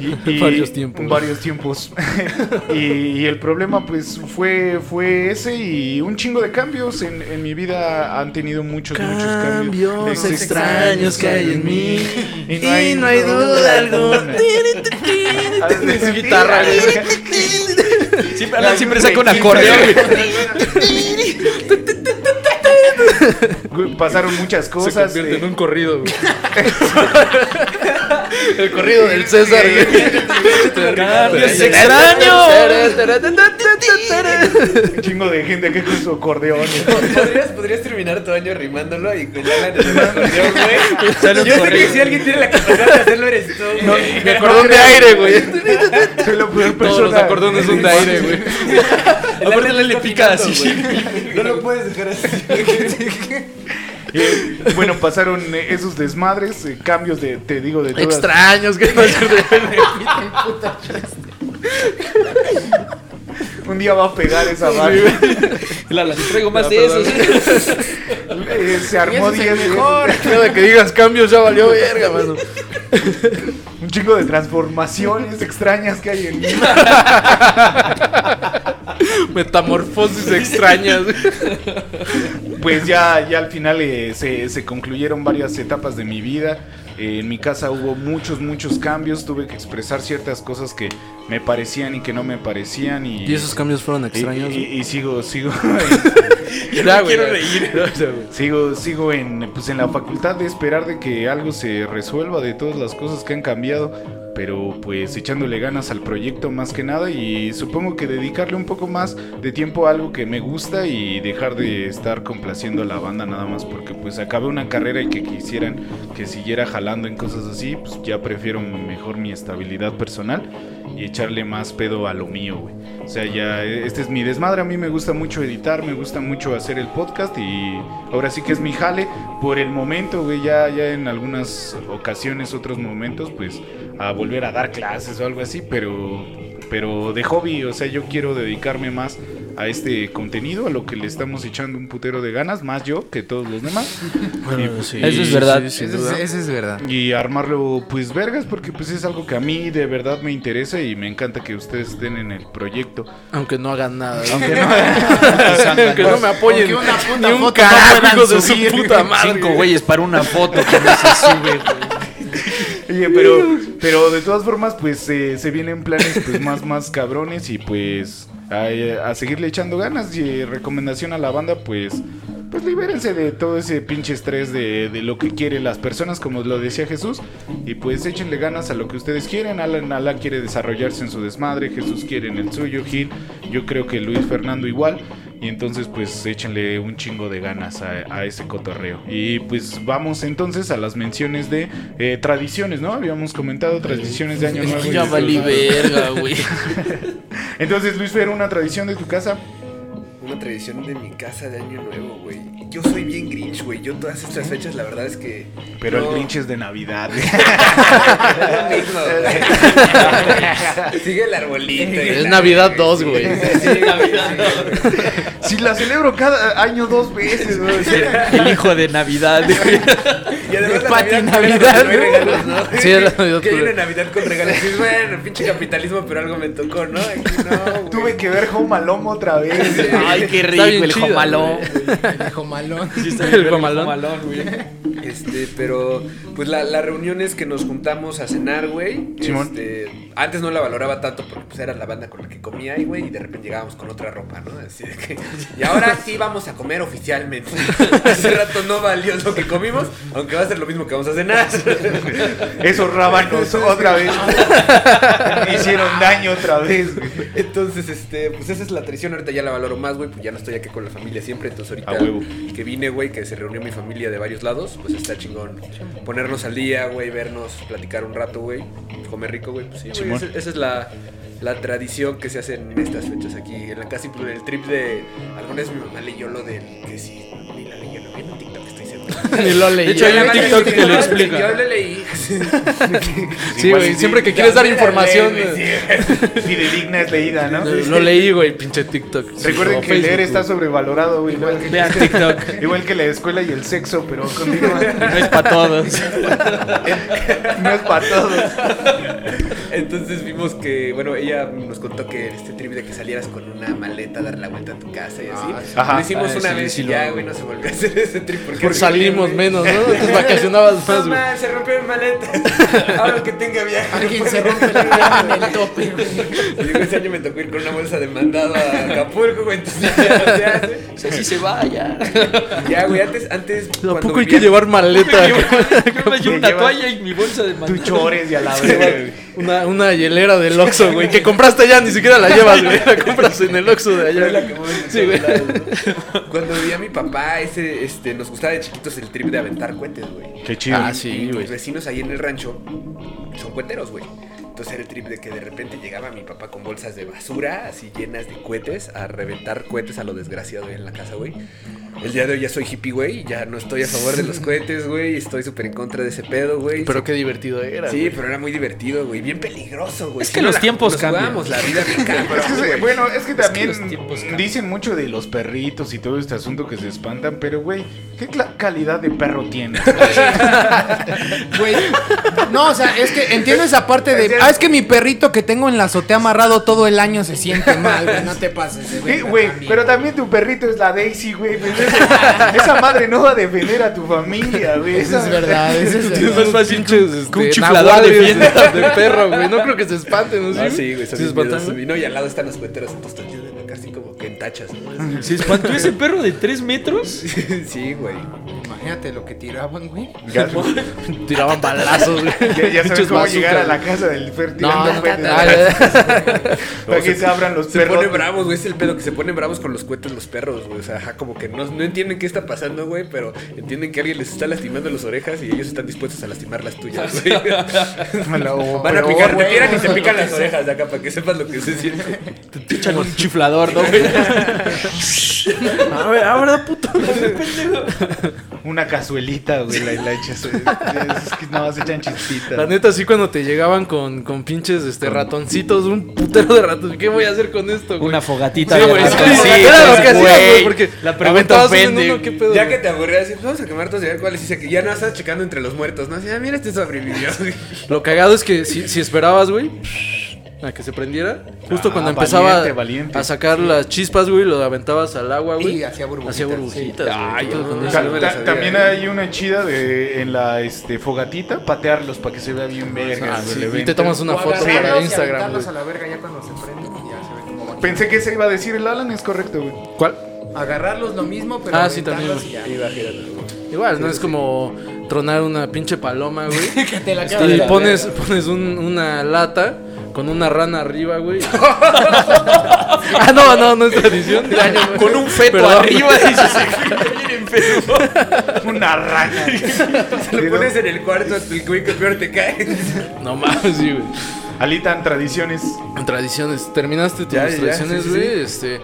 Y- y-
Varios tiempos.
varios tiempos. y, y el problema pues fue, fue ese y un chingo de cambios en, en mi vida han tenido muchos, muchos cambios. Ex- Y no hay, duda alguna.
Es guitarra, güey. Siempre, Alan siempre saca un
Sí, sí,
acordeón,
sí.
güey.
Güey, Pasaron muchas
Se
cosas.
convierte
eh,
en un corrido, güey. el corrido del César, güey.
Cambios
extraño.
eh, Un chingo de gente que con su acordeón.
¿Podrías, podrías terminar tu año rimándolo y con Alan en el acordeón, güey.
Sale un
Yo sé que
correo.
si alguien tiene la capacidad de hacerlo eres tú. güey.
Me acordé de aire, güey.
Soy la peor
Todos los
persona.
acordones son de aire, güey.
El
Aparte
Alan
le
está
pica
picando,
así.
güey. No lo puedes dejar así.
Eh, bueno, pasaron eh, esos desmadres, eh, cambios de, te digo, de todas
Extraños, que no
Un día va a pegar esa barra.
La, la, traigo más
Ya,
de
perdón.
esos.
Eh, se armó 10
Cada que digas cambios ya valió verga, mano.
Un chingo de transformaciones extrañas que hay en mí.
Metamorfosis extrañas.
Pues ya, ya al final eh, se, se concluyeron varias etapas de mi vida. Eh, en mi casa hubo muchos, muchos cambios. Tuve que expresar ciertas cosas que me parecían y que no me parecían. Y,
Y esos cambios fueron
y-
extraños.
y- y sigo, sigo.
Ya, güey. Quiero reír.
Sigo, sigo en, pues en la facultad de esperar de que algo se resuelva de todas las cosas que han cambiado, pero pues echándole ganas al proyecto más que nada y supongo que dedicarle un poco más de tiempo a algo que me gusta y dejar de estar complaciendo a la banda nada más porque pues acabé una carrera y que quisieran que siguiera jalando en cosas así, pues ya prefiero mejor mi estabilidad personal y echarle más pedo a lo mío, güey. O sea, ya eh, este es mi desmadre, a mí me gusta mucho editar, me gusta mucho hacer el podcast y ahora sí que es mi jale por el momento, güey, ya ya en algunas ocasiones, otros momentos, pues a volver a dar clases o algo así, pero, pero de hobby, o sea, yo quiero dedicarme más a este contenido, a lo que le estamos echando un putero de ganas, más yo que todos los demás. Y, pues, y-
Eso es verdad.
sí, sin
Eso
duda.
es, eso es verdad.
y armarlo pues vergas porque pues es algo que a mí de verdad me interesa y me encanta que ustedes estén en el proyecto.
Aunque no hagan nada.
Aunque no,
Aunque no me apoyen.
Ni un
carajo, hijos de su
subir.
puta madre.
Cinco güeyes para una foto que no se sube, güey.
Oye, pero, pero de todas formas, pues eh, se vienen planes pues, más, más cabrones y pues a, eh, a seguirle echando ganas y eh, recomendación a la banda, pues, pues libérense de todo ese pinche estrés de, de lo que quieren las personas, como lo decía Jesús, y pues échenle ganas a lo que ustedes quieren. Alan, Alan quiere desarrollarse en su desmadre, Jesús quiere en el suyo, Gil, yo creo que Luis Fernando igual. Y entonces pues échenle un chingo de ganas a, a ese cotorreo. Y pues vamos entonces a las menciones de eh, tradiciones, ¿no? Habíamos comentado tradiciones de Año Nuevo. y
Ya
de
valí
todo.
verga, güey.
Entonces Luis, ¿era una tradición de tu casa?
Una tradición de mi casa de año nuevo, güey. Yo soy bien Grinch, güey. Yo todas estas fechas, la verdad es que.
Pero
no-
el Grinch es de Navidad.
Es lo mismo, güey. Sigue el arbolito. y
Es
la-
Navidad 2, güey.
Sí, Navidad
si la celebro cada año dos veces. ¿no?
El hijo de Navidad, güey.
Y además la
Pati
Navidad, con
Navidad,
regalos, ¿no? hay regalos, ¿no?
Sí, es la Navidad
Que hay una
culera.
Navidad con regalos. Y dices, bueno, pinche capitalismo, pero algo me tocó, ¿no? Aquí no, güey.
Tuve que ver Home Alone otra vez.
Ay, qué
Está
rico,
bien
el
chido,
jomalón.
Hijo malón.
El comalón.
Malón, güey.
Este, pero pues la, la reunión es que nos juntamos a cenar, güey.
Simón.
Este, antes no la valoraba tanto porque pues era la banda con la que comía y güey, y de repente llegábamos con otra ropa, ¿no? Así de que y ahora sí vamos a comer oficialmente. Hace rato no valió lo que comimos, aunque va a ser lo mismo que vamos a cenar.
Esos rábanos otra vez. Me hicieron daño otra vez. güey.
Entonces, este, pues esa es la tradición. Ahorita ya la valoro más, güey. Pues ya no estoy aquí con la familia siempre. Entonces, ahorita
A huevo.
que vine, güey, que se reunió mi familia de varios lados, pues está chingón. Ponernos al día, güey, vernos, platicar un rato, güey. Comer rico, güey. Pues sí, güey.
Simón.
Esa, esa es la, la tradición que se hace en estas fechas aquí. En la casi pues, el trip de. Alguna vez mi mamá leyó lo del. Que sí, ni la leyó, lo vi en un TikTok, estoy seguro.
Ni lo leí.
De hecho, hay un TikTok que lo
Yo
explica.
le leí.
Sí, güey. Siempre que quieres dar información. eh,
Fidedigna es leída, ¿no?
Lo leí, güey, pinche TikTok.
Recuerden
O
que
Facebook,
leer está
güey.
sobrevalorado, güey. Igual que,
Vean TikTok.
igual que la escuela y el sexo, pero continúa.
No es para todos.
No es para todos.
Entonces vimos que, bueno, ella nos contó que este trip de que salieras con una maleta a dar la vuelta a tu casa y así.
Ajá.
Lo hicimos
Ah,
una
sí,
vez
sí
y
lo
ya,
hago.
güey, no se volvió a hacer ese trip porque...
Porque salimos
güey.
menos, ¿no? Entonces vacacionabas
No,
más, güey.
man, se rompió mi maleta. Ahora que tenga viaje.
Alguien
no
se
puede.
rompe el dedo en el tope, güey.
Y digo, ese año me tocó ir con una bolsa de mandado a Acapulco, güey. Entonces ya no se hace.
Si se vaya.
Ya, güey, antes... antes
Tampoco hay que llevar maleta.
Yo me llevo una toalla y mi bolsa de
Tú
mandado.
chores y a la vez.
Una, una hielera del Oxxo, güey. Que compraste allá, ni siquiera la llevas, güey. La compras en el Oxxo de
Yo la que
allá.
mueve en
Sí, güey.
todos lados, ¿no? Cuando vi a mi papá, ese, este, nos gustaba de chiquitos el trip de aventar cohetes, güey.
Qué chido.
Ah,
Y
sí,
mis
güey.
vecinos ahí en el rancho son cueteros, güey. Entonces era el trip de que de repente llegaba mi papá con bolsas de basura, así llenas de cohetes, a reventar cohetes a lo desgraciado güey, en la casa, güey. El día de hoy ya soy hippie, güey. Ya no estoy a favor de los cohetes, güey. Estoy súper en contra de ese pedo, güey.
Pero qué divertido era.
Sí,
güey.
pero era muy divertido, güey. Bien peligroso, güey.
Es que los tiempos cambian.
Vamos, la vida bien cabrón,
Es que se-
güey.
bueno, es que también
los tiempos cambian.
dicen mucho de los perritos y todo este asunto que se espantan, pero güey, ¿qué cla- calidad de perro tienes?
Güey, No, o sea, es que entiendo esa parte de. Ah, es que mi perrito que tengo en la azotea amarrado todo el año se siente mal, güey. No te pases de
Sí,
verga,
Güey,
amigo.
pero también tu perrito es la Daisy, güey. pues esa, esa madre no va a defender a tu familia, güey.
Eso es verdad, eso es
Es
verdad.
más fácil que un
chiflador de
de perro, güey. No creo que se espanten, ¿no?
Ah, sí, güey.
¿Se
son bien
espantan?
miedosos. Y no, y al lado están los cueteros, entonces te ayudan acá así como que en tachas, ¿no?
¿Se espantó ese perro de 3 metros?
Sí, güey.
Imagínate lo que tiraban, güey.
Ya,
Tiraban balazos, güey.
ya- ya sabes
Pinches
cómo
bazooka,
llegar a la
güey.
casa del Fer
No,
tirando pedos. Para que se abran los
Se
perros.
ponen bravos, güey. Es el pedo que se ponen bravos con los cuetes los perros, güey. O sea, ajá, como que no, no entienden qué está pasando, güey. Pero entienden que alguien les está lastimando las orejas y ellos están dispuestos a lastimar las tuyas, güey. Van a picar, te tiran y se pican las orejas de acá para que sepas lo que se siente.
Te echan un chiflador, ¿no, güey?
A ver, ahora puto.
Un una cazuelita, güey, la, la echas. eh, Es que nada más echan chispitas.
La neta, sí, cuando te llegaban con, con pinches este, ratoncitos, un putero de ratos. ¿Qué voy a hacer con esto, güey?
Una fogatita.
Sí,
de
güey.
ratón.
sí, era lo que hacías, güey. Porque
La pregunta
aventabas uno en
ofende.
uno, ¿qué pedo,
Ya
güey?
que te aburrías, dices, vamos a quemar todos y ver cuáles. Dice que ya no estás checando entre los muertos, ¿no? Así, ah, mira, este sobrevivió.
Lo cagado es que si, si esperabas, güey, a que se prendiera, justo
Ah,
cuando empezaba
valiente, valiente.
a sacar las chispas, güey, lo aventabas al agua, güey.
Y hacía burbujitas,
Hacía burbujitas, güey. Entonces, con
no.
eso-
Ta-
yo me la
ta-
sabía,
también
eh.
hay una chida de en la este, fogatita, patearlos para que se vea bien verga.
Ah, sí, y te tomas una foto
agarrarlos
para
y
Instagram, güey.
a la verga ya cuando se prenden y ya se ve como va.
Pensé que se iba a decir el Alan, es correcto, güey.
¿Cuál?
Agarrarlos lo mismo, pero
Ah, sí, también,
aventarlos y ya.
Igual, no es como tronar una pinche paloma, güey.
Que te la acabas de
y
la
pones, pones un- una lata con una rana arriba, güey. ah, no, no, no es tradición.
Con un feto
Perdón.
arriba y se bien enfermo.
Una rana.
Lo pones en el cuarto hasta el güey que peor te cae.
No mames, sí, güey.
Alitan tradiciones.
Tradiciones. Terminaste tus
Ya, ya,
tradiciones,
sí, sí,
güey. Este.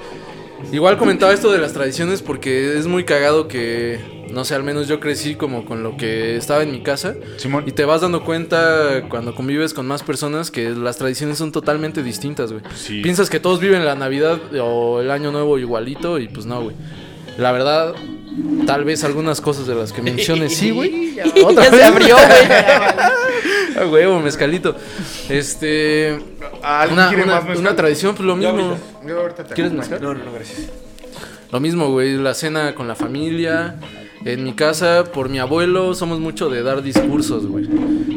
Igual comentaba esto de las tradiciones porque es muy cagado que. No sé, al menos yo crecí como con lo que estaba en mi casa.
Simón.
Y te vas dando cuenta cuando convives con más personas que las tradiciones son totalmente distintas, güey.
Sí.
Piensas que todos viven la Navidad o el Año Nuevo igualito y pues no, güey. La verdad, tal vez algunas cosas de las que menciones sí, güey.
Ya se abrió, güey.
Ah, huevo, mezcalito. Este.
¿Alguien
Una,
quiere
una-
más mezcal?
una tradición, pues lo mismo.
Yo ahorita te-
¿Quieres mezcal?
No, no, no, gracias.
Lo mismo, güey, la cena con la familia. En mi casa, por mi abuelo, somos mucho de dar discursos, güey.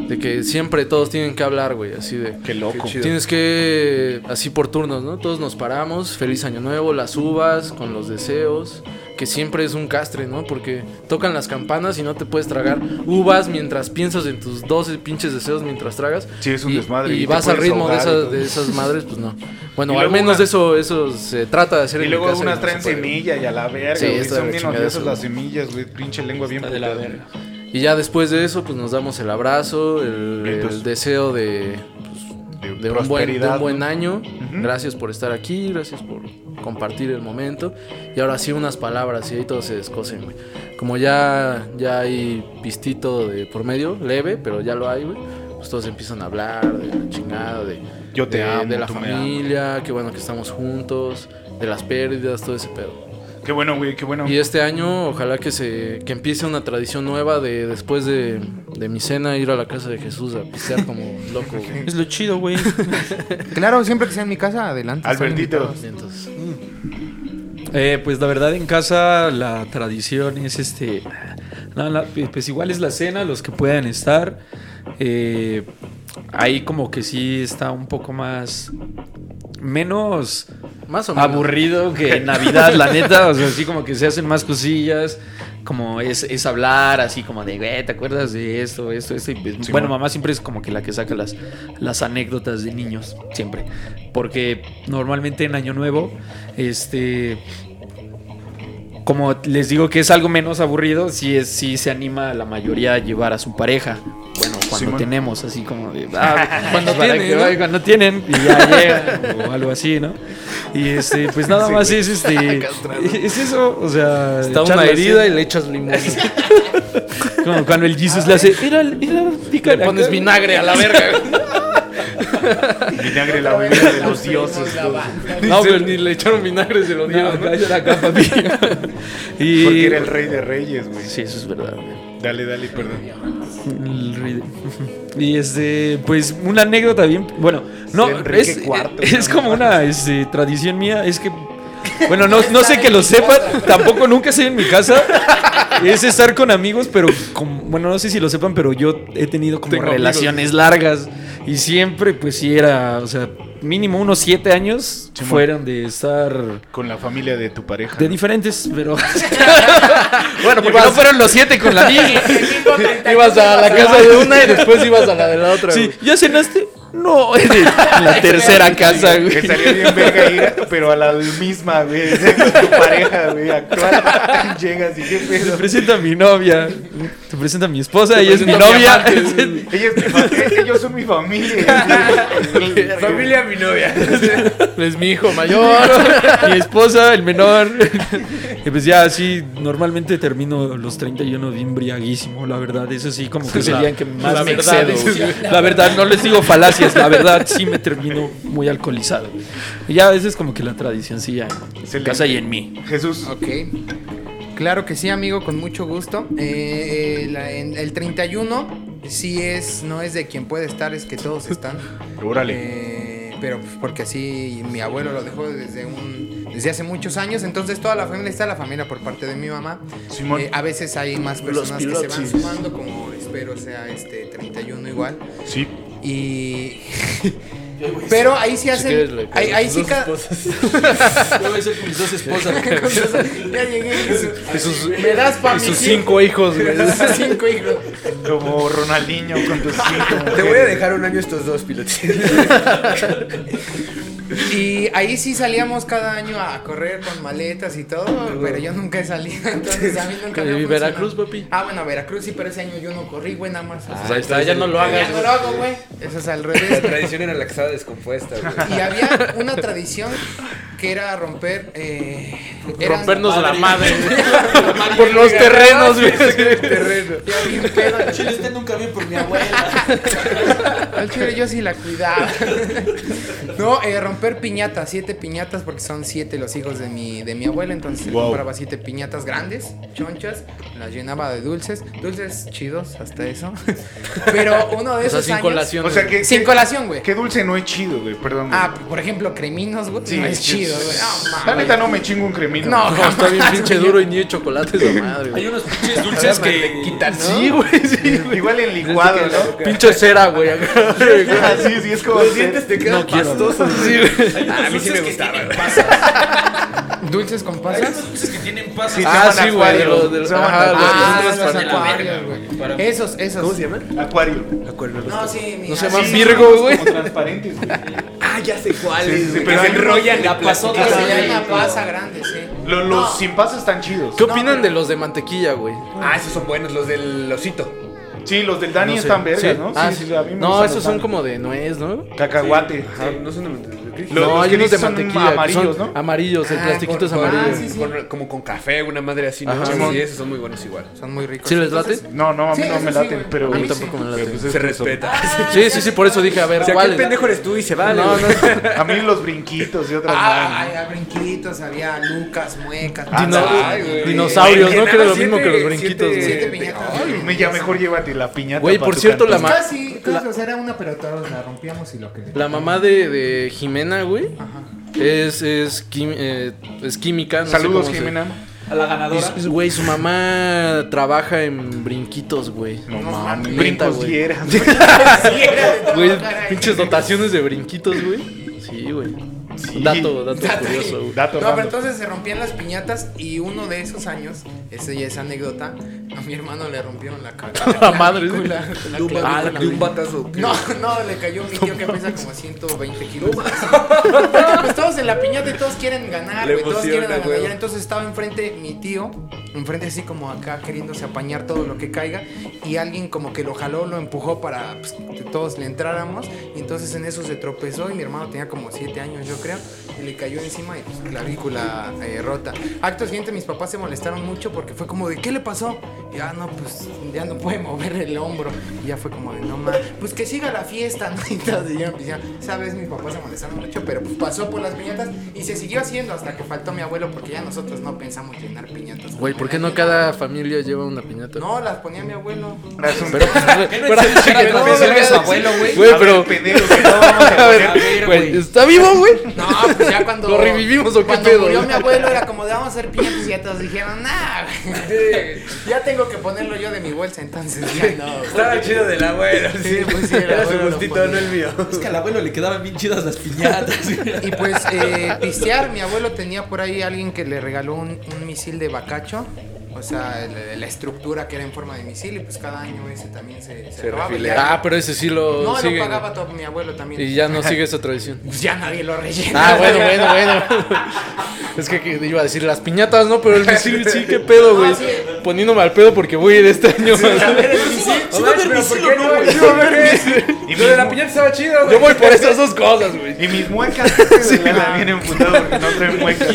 De que siempre todos tienen que hablar, güey, así de...
Qué loco.
Qué chido.
Tienes que, así por turnos, ¿no? Todos nos paramos, feliz año nuevo, las uvas, con los deseos, que siempre es un castre, ¿no? Porque tocan las campanas y no te puedes tragar uvas mientras piensas en tus 12 pinches deseos mientras tragas.
Sí, es un
Y-
desmadre,
Y,
y te
vas al
puedes
ritmo de
ahogar y
esas,
todo.
de esas madres, pues no. Bueno,
Y
al
luego
menos
una-
eso, eso se trata de hacer
Y
en
luego
mi casa y
unas
no
traen
se puede, güey.
semilla y a la verga,
Sí,
güey.
está
Son
de la
bien
chingada
odiosas
eso,
las semillas, güey. Pinche lengua bien
Está de la
puteada.
verga.
Y ya después de eso, pues nos damos el abrazo, el,
Vientos.
el deseo de,
De,
de un buen, de
prosperidad.
un buen año.
Ujú.
Gracias por estar aquí, gracias por compartir el momento. Y ahora sí, unas palabras, y ahí todos se descosen, güey. Como ya, ya hay pistito de por medio, leve, pero ya lo hay, güey. Pues todos empiezan a hablar de la chingada, de,
Yo te
de-
amo,
de la
tú me amas.
familia, qué bueno que estamos juntos, de las pérdidas, todo ese
¿no?
pedo.
Qué bueno, güey, qué bueno.
Y este año, ojalá que se que empiece una tradición nueva de después de, de mi cena ir a la casa de Jesús a pistear como loco. güey.
Es lo chido, güey.
Claro, siempre que sea en mi casa, adelante. están
Albertito.
invitados.
Entonces,
Eh, pues la verdad en casa la tradición es este, no, la- pues igual es la cena, los que puedan estar. Eh, ahí como que sí está un poco más, menos
más o menos.
aburrido que en Navidad, la neta. O sea, así como que se hacen más cosillas. Como es, es hablar así como de, güey, ¿te acuerdas de esto, esto, esto? Y pues, bueno, mamá siempre es como que la que saca las, las anécdotas de niños, siempre. Porque normalmente en Año Nuevo, este... Como les digo que es algo menos aburrido, sí, es, sí se anima a la mayoría a llevar a su pareja. Bueno, cuando
Simón.
tenemos, así como de... ah,
Cuando
para
tienen,
que
¿no?
vaya- cuando tienen y ya llegan o algo así, ¿no? Y este, pues nada más es este, es eso, o sea,
Está una
charlas,
herida
¿sí?
y le echas limón. güey.
como cuando el Jesus le hace, mira, mira, pica
le pones vinagre a la verga. güey.
Vinagre, la bebida de los dioses. güey.
No, pero ni le echaron vinagre, se lo dieron. ¿no?
y
Porque era el rey de reyes, güey.
sí, eso es verdad. güey.
Dale, dale, perdón.
El rey de- Y este, pues una anécdota bien. Bueno, no,
Sí, Enrique
es,
IV,
es
¿no?
como una este, tradición mía. Es que, bueno, no, no sé que lo sepan, tampoco nunca estoy en mi casa. Es estar con amigos, pero con- bueno, no sé si lo sepan, pero yo he tenido como
Tengo amigos.
relaciones largas. Y siempre, pues sí, era, o sea, mínimo unos siete años
Simón.
fueron de estar.
Con la familia de tu pareja.
De diferentes, pero. bueno, porque no fueron los siete con la mía.
Ibas a la casa de una y después ibas a la de la otra.
Sí,
güey.
¿ya cenaste? no, en la tercera casa, güey.
Que salió bien verga ir, pero a la misma, güey. Esa es Tu pareja, güey, actual. Llegas y qué
Te
pedo.
presenta mi novia. Te presenta mi esposa. Ella es mi
presento a mi
novia.
amante.
Ella es mi familia, ellos son mi familia.
Familia, mi novia.
Es mi hijo mayor.
mi esposa, el menor. y pues ya así, normalmente termino los 31 bien briaguísimo, la verdad. Eso sí, como que es el día en que más
la
me
verdad,
excedo.
dices,
güey. La verdad, no les digo falacias, la verdad sí me termino muy alcoholizado. güey. Y ya a veces como que la tradición sí ya en
Excelente.
casa y en mí.
Jesús,
Ok. Claro que sí, amigo, con mucho gusto. Eh, eh, la- en- el 31 sí es, no es de quien puede estar, es que todos están.
órale.
Eh, pero pues, porque así mi abuelo lo dejó desde un desde hace muchos años, entonces toda la familia está la familia por parte de mi mamá.
Simón.
Eh, a veces hay más personas que se van
pilotis.
sumando, como espero sea este 31 igual.
Sí.
Y pero ahí sí hacen
quieres, le-
ahí, ahí sí ca-
Yo voy a ser con mis dos esposas.
con sus- ya llegué Jesús. me das pa' Pues
Y
mis
sus
hijos.
cinco hijos, güey.
Sus cinco hijos.
Como Ronaldinho con tus cinco.
Te voy a dejar un año estos dos pilotos.
Y ahí sí salíamos cada año a correr con maletas y todo, pero yo nunca he salido, entonces a mí nunca me
¿Y
ha funcionado.
Veracruz, papi?
Ah, bueno, Veracruz sí, pero ese año yo no corrí, güey, nada más.
Pues ahí está, ya no lo hagas.
ya no lo hago, güey. Eso es al
La
revés.
tradición era la que estaba descompuesta, güey.
Y había una tradición que era romper. Eh, eran-
Rompernos la madre.
Por los terrenos, güey.
Ya vi un pedo, al chile.
Este nunca vi por mi abuela.
Al chile yo sí la cuidaba. No, eh, romper piñatas, siete piñatas, porque son siete los hijos de mi, de mi abuela. Entonces él compraba siete piñatas grandes, chonchas, las llenaba de dulces. Dulces chidos, hasta eso. Pero uno de
O sea,
esos.
sin
años-
colación.
O sea, que,
Sin colación, güey.
que dulce no es chido, güey. Perdón. güey.
Ah, por ejemplo, creminos, güey.
Sí,
no
es
es
que-
chido, güey. No, mames.
La neta no me chingo un cremino.
No,
No, está bien pinche duro y ni de chocolate esa madre, güey.
Hay unos pinches dulces que quitan.
Sí, güey, sí.
Igual en licuado, ¿no?
Pinche cera, güey. acá.
Ah, sí, sí, es como.
te quedan pastosos.
Sí, güey.
Hay unos dulces que tienen pasas.
Dulces con
Hay
pasas.
unos dulces que tienen
Sí,
pasas.
se
Ah,
llaman
sí, güey. de
acuario.
los- de los-
Se llaman
ajá,
acuario.
Ah,
los-
los
los- los-
acuarios,
Para
güey.
mí.
Esos, esos. ¿Cómo se llaman?
Acuario.
No, sí, mira.
No se llaman
Sí,
Virgo,
son
güey.
Como transparentes, güey.
Ah, ya sé cuáles.
Sí, sí,
güey,
pero
que
hay
se enrollan
la
la
pasó
pasota.
Que se
Ah,
llama
sí.
pasa grande, sí.
Lo- Los, sin pasas están chidos.
¿Qué opinan de los de mantequilla, güey?
Ah, esos son buenos, los del osito.
Sí, los del Dani
No sé.
están vergas,
Sí.
¿no?
Ah, sí.
a mí me
No,
gustan
esos
los
son
Dani.
como de nuez, ¿no?
Cacahuate. ajá.
Sí, no son de-
Los-
no,
los
hay
que
unos de
dicen son
mantequilla. que
amarillos,
son
¿no?
Amarillos, el
Ah,
plastiquito es
por- por-
amarillo.
ah, sí, sí.
Con- como con café, una madre así, ¿no?
Ajá.
Sí,
Simón.
sí, esos son muy buenos igual.
Son muy ricos.
¿Sí les late?
No, no, a mí
Sí,
no
eso
me
sí,
laten,
güey.
pero.
A mí
Pero,
tampoco me
pues,
late.
es
Se
que son-
respeta.
Sí, sí, sí, por eso dije, a ver,
O
Ah,
sea,
¿cuál?
¿qué pendejo eres tú y se vale?
No,
güey.
no.
A mí los brinquitos y otras
Ah,
madres.
había brinquitos, había lucas, muecas.
Dino-
Ay, güey.
dinosaurios, ¿no?
Enana,
Que era lo
siete-
mismo que los brinquitos,
siete-
güey.
Siete piñatas. Pues
Ay, me- Ya mejor llévate la piñata.
Güey,
pa'
por
tu
cierto,
canto.
la ma-
Casi, casi, o sea, era una, pero todos la rompíamos y lo que.
La mamá de, de Jimena, güey. Es, es, quim- eh, es química. no sé
Saludos,
cómo se-
Jimena.
A la
Y
ganadora.
s- Güey, su mamá trabaja en brinquitos, güey.
No
No
mames.
mames.
Brincos
Neta, güey.
dieras.
Güey, pinches dotaciones de brinquitos, güey. Sí, güey.
Sí.
Dato, dato,
Dato.
curioso, güey.
Dato
No, pero
random.
entonces se rompían las piñatas y uno de esos años, esa ya es anécdota, a mi hermano le rompieron la cara.
La madre, güey.
Ah, de un batazo.
No, no, le cayó mi tío que pesa como 120 kilos. Porque pues todos en la piñata y todos quieren ganar,
Le
güey. Todos
emociona,
quieren
güey.
ganar. Entonces estaba enfrente mi tío, enfrente así como acá queriéndose apañar todo lo que caiga. Y alguien como que lo jaló, lo empujó para pues, que todos le entráramos. Y entonces en eso se tropezó y mi hermano tenía como 7 años, yo creo. Y le cayó encima y pues, clavícula eh, rota. Acto siguiente, mis papás se molestaron mucho porque fue como de, ¿qué le pasó? Y ah, no, pues ya no puede mover el hombro. Y ya fue como de, no mames, pues que siga la fiesta, ¿no? Y todos "Pues, ya empezaron, ¿sabes? Mis papás se molestaron mucho, pero pues pasó por las piñatas y se siguió haciendo hasta que faltó mi abuelo porque ya nosotros no pensamos llenar piñatas.
Güey, ¿por qué no cada familia lleva una piñata?
No, las ponía mi abuelo.
Es un-
Pero, pues, güey,
¿Qué no existe la confesión de su abuelo, güey?
Güey,
A ver,
pero-
pendejo, que no vamos a
A
poner-
ver,
güey,
güey.
¿está vivo, güey?
No, pues ya cuando.
¿Lo revivimos o qué
cuando
pedo?
murió mi abuelo era como de vamos a hacer piñatas y ya todos dijeron, nah, güey, ya tengo que ponerlo yo de mi bolsa, entonces ya no. güey".
Estaba chido del abuelo.
Sí, pues sí, el
Era su
abuelo lo
gustito,
ponía.
no el mío.
Es que al abuelo le quedaban bien chidas las piñatas. güey.
Y pues, eh, pistear, mi abuelo tenía por ahí alguien que le regaló un, un misil de bacacho. O sea, el- la estructura que era en forma de misil y pues cada año ese también se, se, acababa. Ya-
Ah, pero ese sí lo
no,
siguen,
lo pagaba
güey.
todo mi abuelo también.
Y ya no sigue esa tradición.
Pues ya nadie lo rellena.
Ah, bueno, bueno, bueno. Es que que iba a decir las piñatas, ¿no? Pero el misil sí, qué pedo, güey. Poniéndome al pedo porque voy a ir este año.
Sí va a haber misil o no, güey.
Y mis, mu-
piñata estaba chido,
Yo voy por esas dos cosas, güey.
y mis muecas este, me la vienen emputado porque no traen muecas.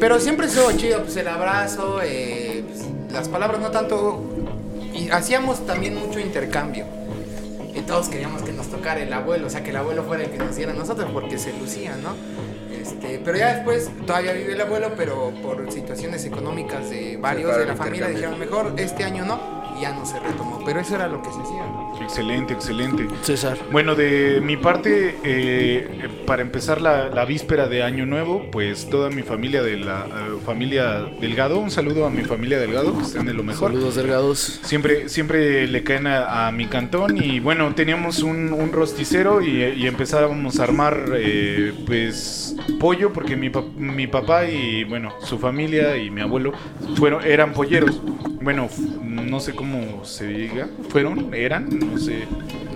Pero siempre estuvo chido, pues el abrazo, eh, pues, las palabras no tanto. Y hacíamos también mucho intercambio. Y todos queríamos que nos tocara el abuelo, o sea, que el abuelo fuera el que nos diera a nosotros porque se lucía, ¿no? Este, pero ya después, todavía vive el abuelo, pero por situaciones económicas de varios de
pararon
la familia
intercambio.
dijeron, mejor este año no, y ya no se retomó. Pero eso era lo que se hacía, ¿no?
Excelente, excelente.
César.
Bueno, de mi parte, eh, eh, para empezar la, la víspera de Año Nuevo, pues toda mi familia de la eh, familia Delgado, un saludo a mi familia Delgado, que estén de lo mejor.
Saludos delgados.
Siempre, siempre le caen a, a mi cantón y bueno, teníamos un, un rosticero y, y empezábamos a armar eh, pues pollo porque mi, pa- mi papá y bueno, su familia y mi abuelo fueron, eran polleros. Bueno, f- no sé cómo se diga, fueron, eran, no sé,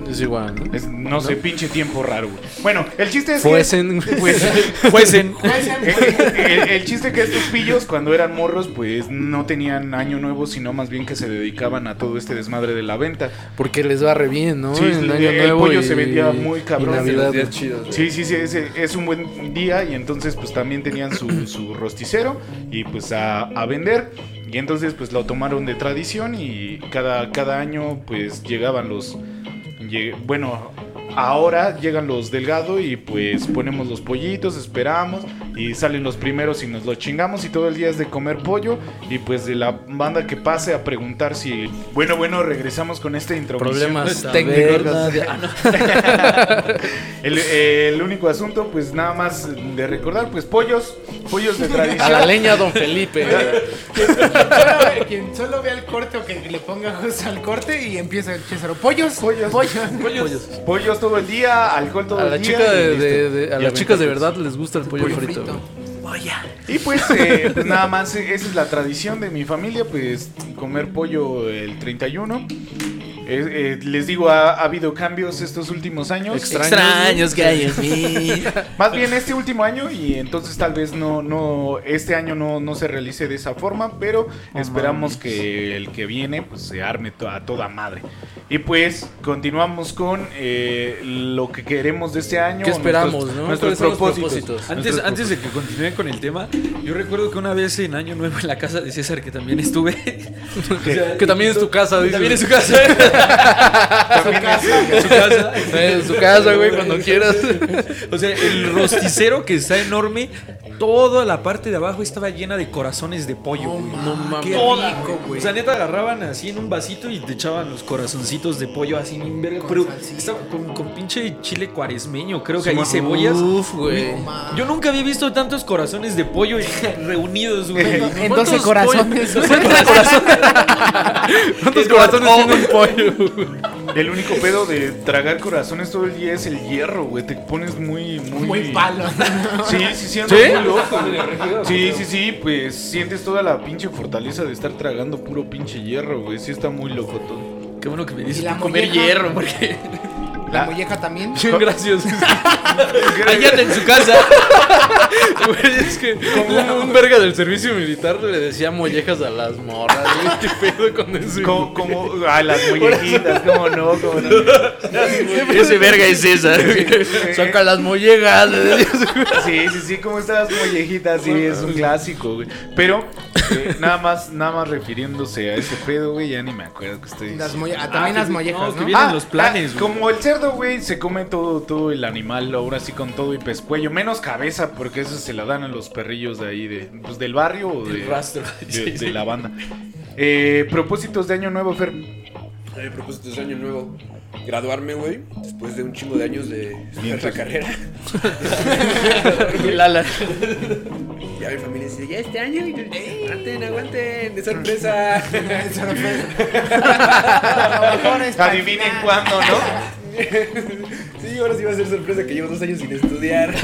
Es igual, ¿no?
es- no, sé, pinche tiempo raro. güey. Bueno, el chiste es
Fuesen.
que... Pues,
Juecen.
el, el- el chiste que estos pillos cuando eran morros pues no tenían año nuevo sino más bien que se dedicaban a todo este desmadre de la venta.
Porque les va re bien, ¿no?
Sí,
En
el
Nuevo
pollo se vendía muy cabrón.
y Navidad,
días chidos,
Sí, sí, sí, es, es un buen día y entonces pues también tenían su, su rosticero y pues a, a vender y entonces pues lo tomaron de tradición y cada, cada año pues llegaban los, lle- bueno, ahora llegan los delgado y pues ponemos los pollitos, esperamos y salen los primeros y nos los chingamos y todo el día es de comer pollo y pues de la banda que pase a preguntar si, bueno, bueno, regresamos con esta introducción.
problemas
técnicos.
taberna de- ah, no.
El, el único asunto, pues nada más de recordar, pues pollos, pollos de
A la
tradición.
leña, don Felipe.
Quien solo vea el corte o que le ponga ojos al corte y empieza el César, pollos, pollos, pollos.
Pollos todo el día, alcohol todo
A
el
la
día.
chica
y
de, de-
listo.
de- a
Y
las chicas de
aventajas.
verdad les gusta el pollo,
Pollo
frito.
frito.
güey.
Y pues, eh, pues, nada más, eh, esa es la tradición de mi familia, pues comer pollo el 31. Eh, eh, les digo, ha, ha habido cambios estos últimos años.
Extraños, gallos míos.
Más bien este último año y entonces tal vez no, no, este año no, no se realice de esa forma, pero esperamos que el que viene pues se arme to- a toda madre. Y pues continuamos con eh, lo que queremos de este año.
¿Qué esperamos, no?
Nuestros
¿Cuáles son los
propósitos.
propósitos?
Antes, antes de que continúe con el tema, yo recuerdo que una vez en Año Nuevo en la casa de César, que también estuve. o sea,
Que también es tu casa, dice.
También es su casa.
También es-
su casa.
En su casa, güey, cuando quieras.
O sea, el rosticero que está enorme, toda la parte de abajo estaba llena de corazones de pollo. güey.
No mames.
Toda, güey. O sea, neta agarraban así en un vasito y te echaban los corazoncitos de pollo así en un verga, Pero estaba con, con pinche chile cuaresmeño, creo que ahí cebollas.
Uf, güey.
Yo nunca había visto tantos corazones de pollo reunidos,
Eh,
güey.
En
¿Cuántos
12 corazones.
pollos- ¿Cuántos corazones?
¿Cuántos
oh.
corazones tiene un pollo? güey?
el único pedo de tragar corazones todo el día es el hierro, güey. Te pones muy, muy.
Muy palo.
Sí, sí, sí, andas muy loco, güey. Sí, sí, sí, pues sientes toda la pinche fortaleza de estar tragando puro pinche hierro, güey. Sí, está muy loco todo.
Qué bueno que me
¿Y
dices
la
por comer
molleja?
hierro, porque
La molleja también.
Gracias.
cállate en su casa.
Güey, es que un, un verga del servicio militar le decía mollejas a las morras, güey. ¿Qué pedo con eso?
Como, como, ah, las muñequitas, cómo no, cómo no.
Ese verga es César. güey. Saca las mollejas.
Sí, sí, sí, como estas mollejitas, sí, es un clásico, güey. Pero, eh, nada más, nada más refiriéndose a ese pedo, güey, ya ni me acuerdo que estoy
Las
diciendo. Ah,
molle- ah, también
que-
las mollejas,
no, que
¿no?
vienen los planes, güey.
como el cerdo, güey, se come todo, todo el animal, ahora sí con todo y pescuello, menos cabeza, porque eso se la dan a los perrillos de ahí, de, pues, del barrio o de,
rastro.
de,
Sí,
de
sí.
la banda. Eh, propósitos de año nuevo, Fer.
Mi propósito es año nuevo. Graduarme, güey. Después de un chingo de años de estudiar la carrera.
Lala.
Ya mi familia dice, ya este año. y yo, "Eh, Aguanten, aguanten. De sorpresa.
A lo mejor es para el
Adivinen
final.
cuándo, ¿no?
Sí, ahora sí va a ser sorpresa que llevo dos años sin estudiar.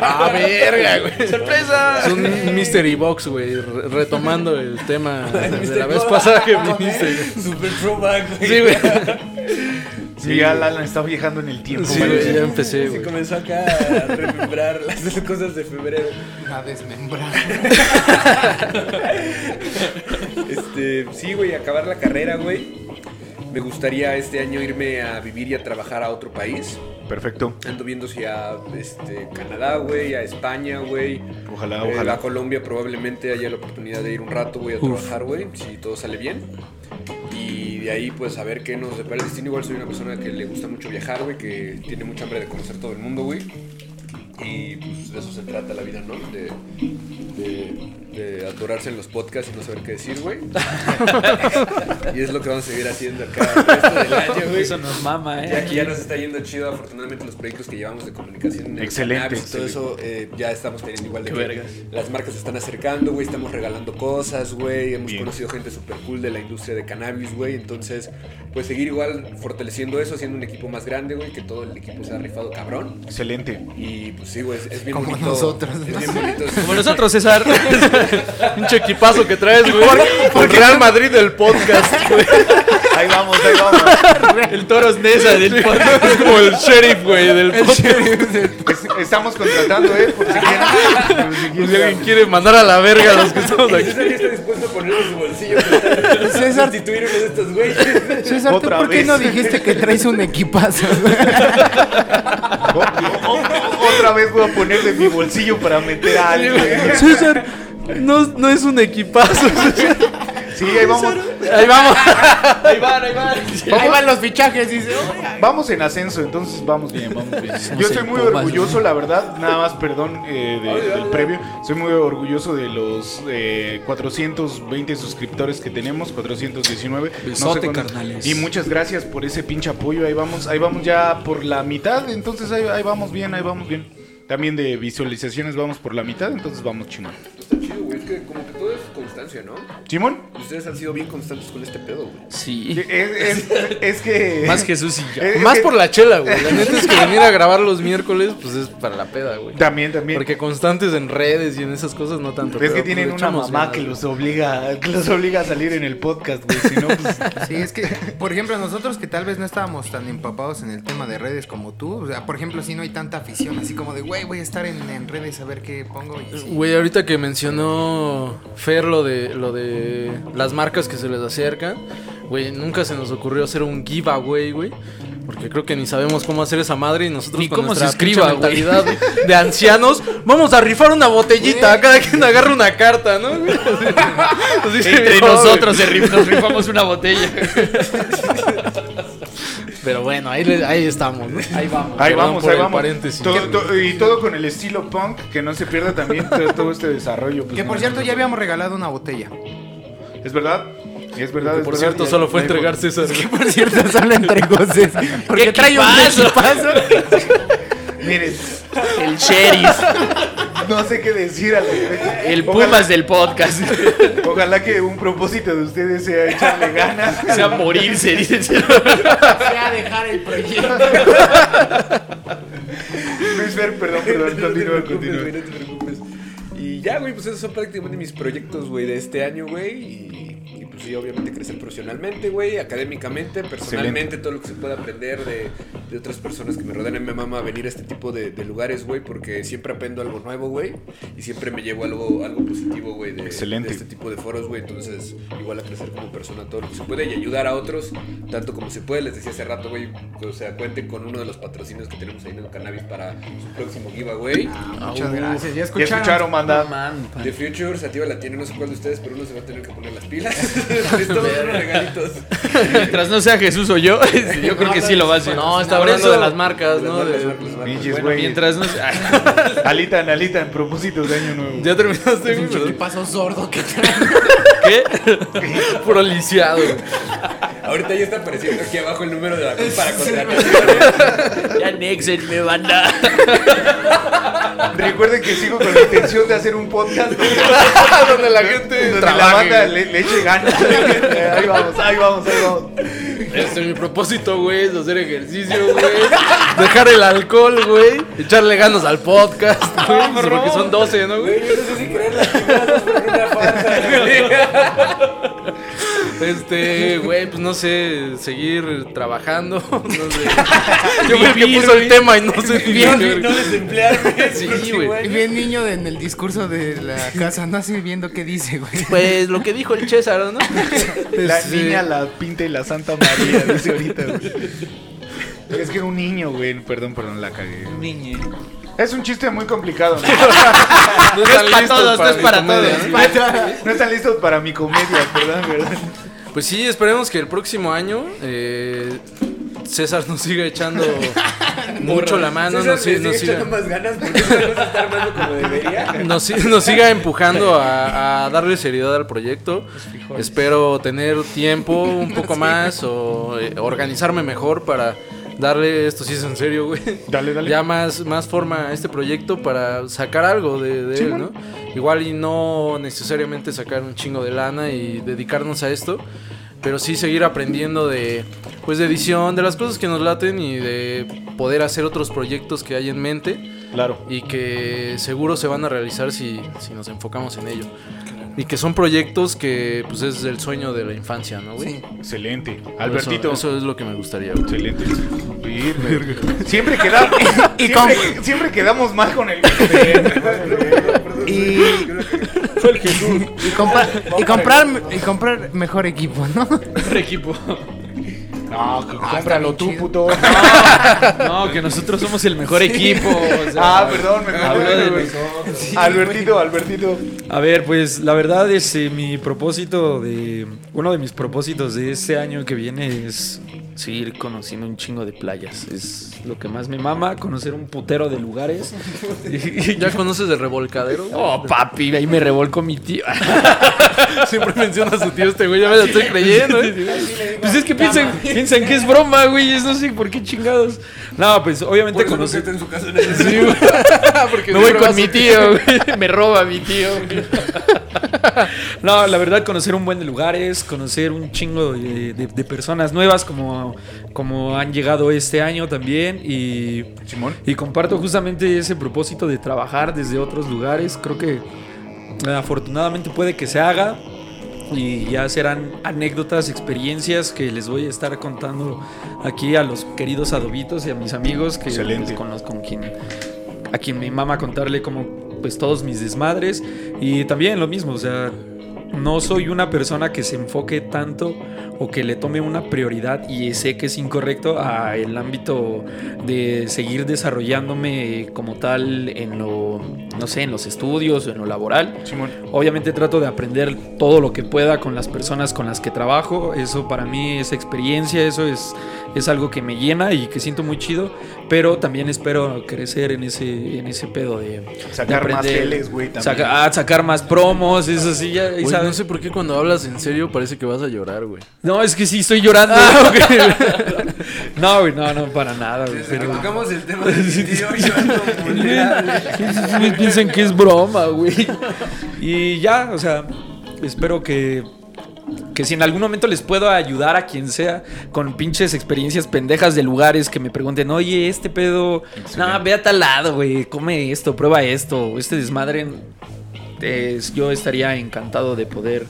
¡Ah, verga, güey! ¡Sorpresa! Es un mystery box, güey. re- Retomando el tema de la vez pasada que viniste.
Super throwback, güey.
Sí, güey.
Sí, ya Alan está viajando en el tiempo.
Sí,
parece.
güey, ya empecé,
Se
güey.
comenzó acá a remembrar las cosas de febrero.
A desmembrar.
Este, sí, güey, acabar la carrera, güey. Me gustaría este año irme a vivir y a trabajar a otro país.
Perfecto.
Ando viendo si a este, Canadá, güey, a España, güey.
Ojalá,
Eh,
ojalá.
a Colombia probablemente haya la oportunidad de ir un rato, güey, a trabajar, güey, si todo sale bien. Y de ahí, pues, a ver qué nos depara el destino. Igual soy una persona que le gusta mucho viajar, güey, que tiene mucha hambre de conocer todo el mundo, güey. Y pues de eso se trata la vida, ¿no? De, de, de atorarse en los podcasts y no saber qué decir, güey. y es lo que vamos a seguir haciendo acá el resto del año, güey.
Eso nos mama,
Y
¿eh?
aquí ya nos está yendo chido, afortunadamente los proyectos que llevamos de comunicación en el
Excelente,
cannabis y todo eso eh, ya estamos teniendo igual de
Qué
que
vergas.
las marcas se están acercando, güey, estamos regalando cosas, güey, hemos
Bien.
conocido gente súper cool de la industria de cannabis, güey, entonces pues seguir igual fortaleciendo eso, haciendo un equipo más grande, güey, que todo el equipo se ha rifado cabrón
Excelente.
y pues sí, güey, es, es bien
Como
bonito.
nosotros,
es
¿no?
bien bonito.
Como nosotros, César.
Pinche equipazo que traes, güey. El Real Madrid del podcast, güey.
Ahí vamos, ahí vamos.
El toros Nesa del
Es como el sheriff, güey, del podcast.
Es- estamos contratando, ¿eh? Por si quieren. Por si
Si alguien
quieren.
quiere mandar a la verga a los que estamos
Y
aquí.
César ya está dispuesto a ponerlo en su bolsillo para sustituir uno de estos güeyes.
César, ¿tú
Otra
por qué
vez.
no dijiste que traes un equipazo?
O- o- o- otra vez voy a poner de mi bolsillo para meter a alguien.
César, no, no es un equipazo. César.
Sí, ahí vamos.
Ahí vamos.
Ahí van los fichajes, dice. "Oh".
Vamos en ascenso, entonces vamos bien, vamos bien. Yo estoy muy
Pumas.
orgulloso, la verdad, nada más, perdón, eh, de- del previo. Soy muy orgulloso de los eh, 420 suscriptores que tenemos, 419.
Besote,
cuándo-
carnales.
Y muchas gracias por ese pinche apoyo. Ahí vamos, ahí vamos ya por la mitad, entonces ahí, ahí vamos bien, ahí vamos bien. También de visualizaciones vamos por la mitad, entonces vamos chingón.
Está chido, güey, es que como que todo es constancia, ¿no?
¿Simón?
Y Ustedes han sido bien constantes con este pedo, güey.
Es,
Sí.
eh, es- es que...
Más Jesús y yo.
Eh, es- es
Más
que-
por la chela, güey. La neta es que venir a grabar los miércoles, pues es para la peda, güey.
También, también.
Porque constantes en redes y en esas cosas no tanto.
Es que
pero
tienen una
aprovechamos
mamá
ganas,
que
güey.
los obliga, que los obliga a salir en el podcast, güey. Si no, pues.
Sí, es que, por ejemplo, nosotros que tal vez no estábamos tan empapados en el tema de redes como tú, o sea, por ejemplo, si no hay tanta afición, así como de, güey, voy a estar en, en redes a ver qué pongo. Y, sí.
Güey, ahorita que mencionó Fer lo de, lo de las marcas que se les acercan, güey, nunca se nos ocurrió hacer un giveaway, güey. Porque creo que ni sabemos cómo hacer esa madre y nosotros
Ni
con
cómo
nuestra
se escriba,
pinche
güey.
mentalidad de ancianos, vamos a rifar una botellita, cada quien agarra una carta, ¿no? güey? Así- así se
Entre
rifó, güey.
nosotros se rif- nos rifamos una botella.
Pero bueno, ahí, le- ahí estamos, ¿no? Ahí vamos.
Ahí vamos, ahí vamos.
Paréntesis.
Todo- todo- y todo con el estilo punk, que no se pierda también todo, todo este desarrollo. pues,
Que por
no,
cierto,
no,
ya habíamos regalado una botella.
no. Es verdad, es verdad.
Que
es
por
verdad,
cierto,
ya-
solo fue
ya hay-
entregarse esas.
Por cierto, solo entre goces. Porque trae un equipazo.
Miren,
El sheriff.
no sé qué decir al respecto.
El
Ojalá-
Pumas del podcast.
Ojalá que un propósito de ustedes sea echarle ganas.
O sea, morirse, dicen.
Luis Fer, perdón, perdón,
No te
continúa,
preocupes, güey,
continúa.
no te preocupes. Y ya, güey, pues esos son prácticamente mis proyectos, güey, de este año, güey. Y, y, pues sí, obviamente crecer profesionalmente, güey, académicamente, personalmente, todo lo que se pueda aprender de, de otras personas que me rodean. A mí Me mama venir a este tipo de, de lugares, güey, porque siempre aprendo algo nuevo, güey. Y siempre me llevo algo, algo positivo, güey, de,
Excelente.
de este tipo de foros, güey. Entonces, igual a crecer como persona todo lo que se puede y ayudar a otros tanto como se puede. Les decía hace rato, güey, o sea, cuenten con uno de los patrocinios que tenemos ahí en el cannabis para su próximo giveaway.
Muchas gracias. Ya
Ya
escucharon.
escucharon, manda.
The Future, Sativa la tiene, no sé cuál de ustedes, pero uno se va a tener que poner las pilas. Les todos unos regalitos.
Mientras no sea Jesús o yo, este, yo creo que sí lo va a hacer.
No, está
Por
hablando
eso-
de las marcas, ¿no?
Las
De-
marcas, las marcas.
Pinches,
Bueno,
güey.
mientras no sea-
Alitan, alitan, propósitos de año nuevo.
Ya terminaste, güey. pero-
Equipazo sordo que
¿Qué? Puro lisiado, güey.
Ahorita ya está apareciendo aquí abajo el número de la para contrataciones.
Ya Nexen me banda.
Recuerden que sigo con la intención de hacer un podcast donde,
Ah, donde la gente
donde la
trabaje,
banda
güey.
le, le eche ganas. Ahí vamos, ahí vamos, ahí vamos.
Este, mi propósito, güey, es hacer ejercicio, güey. Dejar el alcohol, güey. Echarle ganas al podcast, güey. sí, porque son 12, ¿no, güey?
Yo no sé si creer las chingadas por una falta, güey.
Este, güey, pues no sé, seguir trabajando, no sé. Yo creo que puso el tema y no sé
No,
bien.
no desemplearme.
Sí,
Pero
güey.
güey.
Bien niño de- en el discurso de la casa, no así viendo qué dice, güey.
Pues lo que dijo el César, ¿no?
La
Este,
niña, la pinta y la Santa María, dice ahorita, güey. Es que era un niño, güey. Perdón, perdón, la cagué.
Niñe.
Es un chiste muy complicado, ¿no?
No
es
están
para
listos
todos, no es
mi
para
comedia,
todos.
¿no?
No están listos para mi comedia, perdón, perdón.
Pues sí, esperemos que el próximo año eh, César nos siga echando mucho la mano,
César
nos,
sí,
siga-
no
nos siga,
echando más ganas porque esta cosa está armando como debería.
nos si- nos siga empujando a, a darle seriedad al proyecto. Espero tener tiempo un poco más o eh, organizarme mejor para darle, esto sí es en serio, güey.
Dale, dale.
Ya más, más forma a este proyecto para sacar algo de, de él, ¿no? Igual y no necesariamente sacar un chingo de lana y dedicarnos a esto, pero sí seguir aprendiendo de, pues, de edición, de las cosas que nos laten y de poder hacer otros proyectos que hay en mente
Claro.
y que seguro se van a realizar si, si nos enfocamos en ello. Y que son proyectos que pues es el sueño de la infancia, ¿no, güey?
Excelente.
Por eso-
Albertito.
Eso, es lo que me gustaría, güey.
Excelente. Virgen. Siempre quedamos. siempre, siempre quedamos mal con el.
Y, y, compra- y comprar, y comprar mejor equipo, ¿no?
equipo.
No, que cómpralo
bien
tú,
chido.
puto.
No, que nosotros somos el mejor equipo. o sea,
Ah, perdón, me
hablo de
confundí, güey. Albertito, Albertito.
A ver, pues la verdad es eh, mi propósito de uno de mis propósitos de este año que viene es seguir conociendo un chingo de playas. Es lo que más me mama, conocer un putero de lugares. Y- y-
¿Ya conoces de revolcadero?
Oh, papi, ahí me revolco mi tío.
Siempre menciona a su tío este güey, ya me lo estoy creyendo, ¿eh?
Pues es que piensan, piensan que es broma, güey. Es no sé por qué chingados. No, pues obviamente
Por eso nunca
conocer.
está en su casa. en el-
Porque
Me voy
siempre
con
vas-
mi tío, güey. Me roba mi tío. güey. No, la verdad, conocer un buen de lugares, conocer un chingo de, de- de personas nuevas como, como han llegado este año también. Y,
Simón.
y comparto justamente ese propósito de trabajar desde otros lugares. Creo que eh, afortunadamente puede que se haga. Y ya serán anécdotas, experiencias que les voy a estar contando aquí a los queridos adobitos y a mis amigos que
Excelente.
pues, con, los- con quien a quien me mama contarle como pues todos mis desmadres y también lo mismo, o sea, no soy una persona que se enfoque tanto o que le tome una prioridad y sé que es incorrecto a el ámbito de seguir desarrollándome como tal en lo no sé, en los estudios o en lo laboral.
Simón.
Obviamente trato de aprender todo lo que pueda con las personas con las que trabajo. Eso para mí es experiencia, eso es, es algo que me llena y que siento muy chido. Pero también espero crecer en ese, en ese pedo de...
Sacar
de
más
aprender.
geles, güey. también.
Saca- ah, sacar más promos, eso sí, ya
Güey,
¿sabes?
no sé por qué cuando hablas en serio parece que vas a llorar, güey.
No, es que sí, estoy llorando. no, güey, no, no, para nada. güey,
Desde que
pero-
tocamos el tema del tío, yo ando vulnerable.
Güey, Piensan que es broma, güey. Y ya, o sea, espero que. Que si en algún momento les puedo ayudar a quien sea con pinches experiencias pendejas de lugares que me pregunten, oye, este pedo, no, ve a tal lado, güey, come esto, prueba esto, este desmadre, es- yo estaría encantado de poder,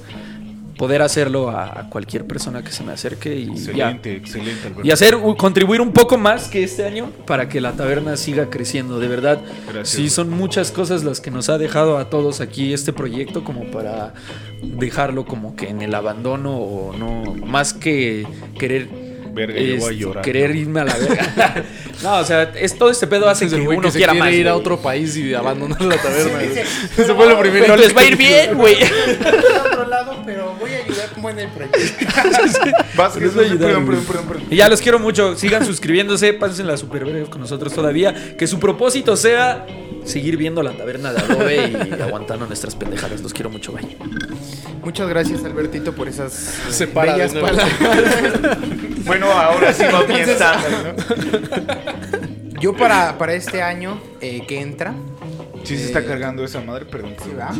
poder hacerlo a, a cualquier persona que se me acerque y ya,
Excelente, excelente, Alberto.
y hacer u- contribuir un poco más que este año para que la taberna siga creciendo de verdad
Gracias.
sí son muchas cosas las que nos ha dejado a todos aquí este proyecto como para dejarlo como que en el abandono o no más que querer
Verga, yo voy a
este,
llorar.
querer irme a la verga no o sea es todo este pedo hace que
el güey
uno
que se
quiera
quiere
más
ir a
güey.
otro país y abandonar la taberna. güey.
Eso fue lo primero.
pero les va a ir bien güey
otro lado, pero voy a ayudar como en el proyecto.
Vas,
Les
Jesús,
voy a ayudar,
perdón,
güey.
perdón, perdón, perdón.
Y ya los quiero mucho. Sigan suscribiéndose, pásense la super verga con nosotros todavía. Que su propósito sea seguir viendo la taberna de Adobe y aguantando nuestras pendejadas. Los quiero mucho, bye.
Muchas gracias, Albertito, por esas eh,
Se para
bellas
de nuevo.
palabras.
Bueno, ahora sí va bien estándar, ¿no?
Yo para, para este año eh, que entra,
Sí se
Eh,
está cargando esa madre, perdón.
Sí, ¿verdad?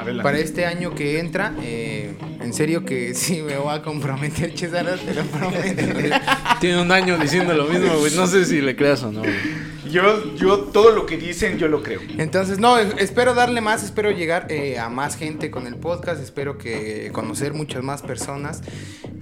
Adelante.
Para este año que entra, eh, en serio que sí me voy a comprometer, César, te lo prometo.
Tiene un año diciendo lo mismo, güey. No sé si le creas o no, güey.
Yo, yo todo lo que dicen, yo lo creo.
Entonces, no, es- espero darle más, espero llegar eh, a más gente con el podcast, espero que conocer muchas más personas.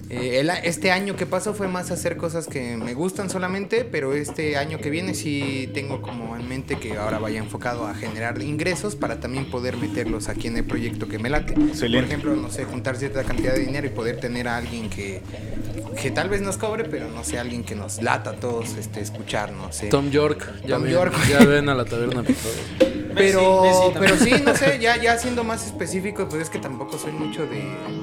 Eh, el a- este año que pasó fue más hacer cosas que me gustan solamente, pero este año que viene sí tengo como en mente que ahora vaya enfocado a generar ingresos para también poder meterlos aquí en el proyecto que me late.
Excelente.
Por ejemplo, no sé, juntar cierta cantidad de dinero y poder tener a alguien que, que tal vez nos cobre, pero no sé, alguien que nos lata a todos este, escuchar, no sé.
Tom York. Ya
Tom
ven,
York.
Ya ven a la taberna, por favor.
Pero,
Messi, Messi
pero
también.
sí, no sé, ya, ya siendo más específico, pues es que tampoco soy mucho de,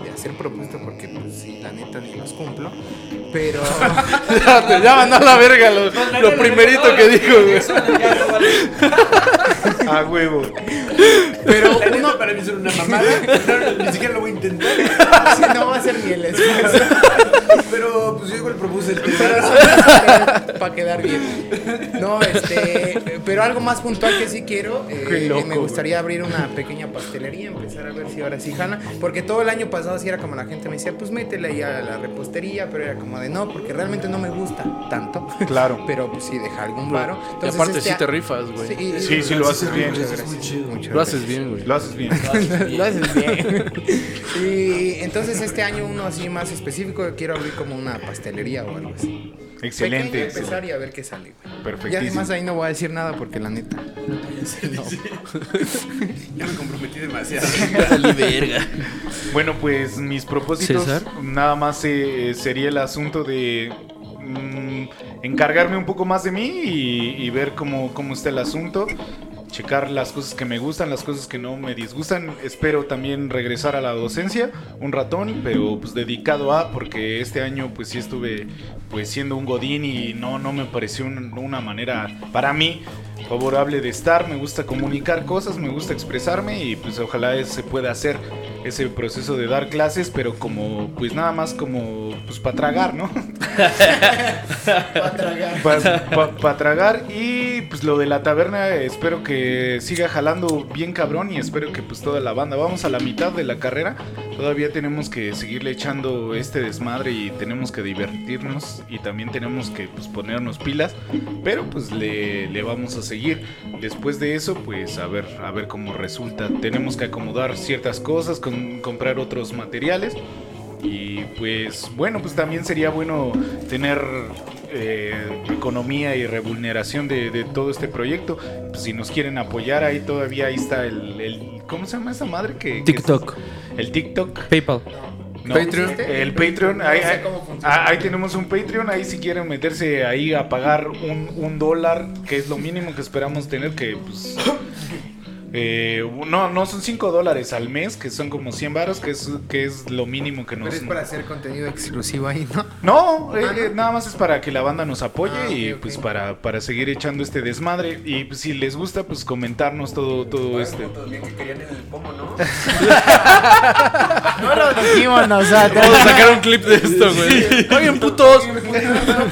de hacer propuestas porque, pues, sí, la neta ni los cumplo. Pero,
Ya, ya mandó a la verga lo, lo primerito que dijo, güey.
A huevo.
pero
La
uno
neta, para mí es una mamada. No, no, ni siquiera lo voy a intentar.
sí, no va a ser ni el esfuerzo
Pero pues yo igual propuse el tema.
para quedar bien. No, este, pero algo más puntual que sí quiero, eh,
Qué loco,
me gustaría abrir una pequeña pastelería, empezar a ver si ahora sí jala, porque todo el año pasado sí era como la gente me decía, pues métele ahí a la repostería, pero era como de no, porque realmente no me gusta tanto.
Claro.
Pero pues sí, deja algún varo.
Y
Entonces,
aparte
este
sí
a-
te rifas, güey.
Sí,
Sí, sí, lo haces bien.
Muchas gracias. Muchas
Lo haces bien, güey.
Lo haces bien.
gracias. Lo haces bien. y entonces este año uno así más específico, yo quiero abrir como una pastelería o algo así.
Excelente.
Pequeño, empezar y a ver qué sale, güey. Y
Perfectísimo.
además ahí no voy a decir nada porque la neta.
Ya me comprometí demasiado.
Dale, verga.
Bueno, pues mis propósitos
César.
nada más eh, sería el asunto de mm, encargarme un poco más de mí y, y ver cómo, cómo está el asunto. Checar las cosas que me gustan, las cosas que no me disgustan. Espero también regresar a la docencia un ratón, pero pues dedicado a, porque este año pues sí estuve pues siendo un godín y no, no me pareció un- una manera para mí favorable de estar, me gusta comunicar cosas, me gusta expresarme y pues ojalá es- se pueda hacer ese proceso de dar clases, pero como pues nada más como pues para tragar, ¿no?
Para tragar.
Para tragar y pues lo de la taberna espero que siga jalando bien cabrón y espero que pues toda la banda, vamos a la mitad de la carrera, todavía tenemos que seguirle echando este desmadre y tenemos que divertirnos y también tenemos que pues ponernos pilas, pero pues le, le vamos a seguir. Después de eso pues a ver, a ver cómo resulta, tenemos que acomodar ciertas cosas, con- comprar otros materiales. Y pues bueno, pues también sería bueno tener eh, economía y remuneración de, de todo este proyecto. Pues, si nos quieren apoyar, ahí todavía ahí está el, el- ¿cómo se llama esa madre? Que, que
TikTok,
es- el TikTok.
PayPal.
No,
Patreon.
El Patreon. Ahí,
No sé
ahí-
cómo funciona.
ah, ahí tenemos un Patreon. Ahí si quieren meterse ahí a pagar un, un dólar, que es lo mínimo que esperamos tener, que pues... eh, no, no son 5 dólares al mes, que son como 100 varos, que es, que es lo mínimo que nos...
Pero es para hacer contenido exclusivo ahí, Ah, ¿no?
No, eh, eh, nada más es para que la banda nos apoye
Ah,
y
ok, ok.
pues para, para seguir echando este desmadre. Y pues, si les gusta, pues comentarnos todo, todo este.
Como también que querían el pomo, ¿no?
No lo dijimos nosotros.
Vamos a sacar un clip de esto, güey. Está bien putos.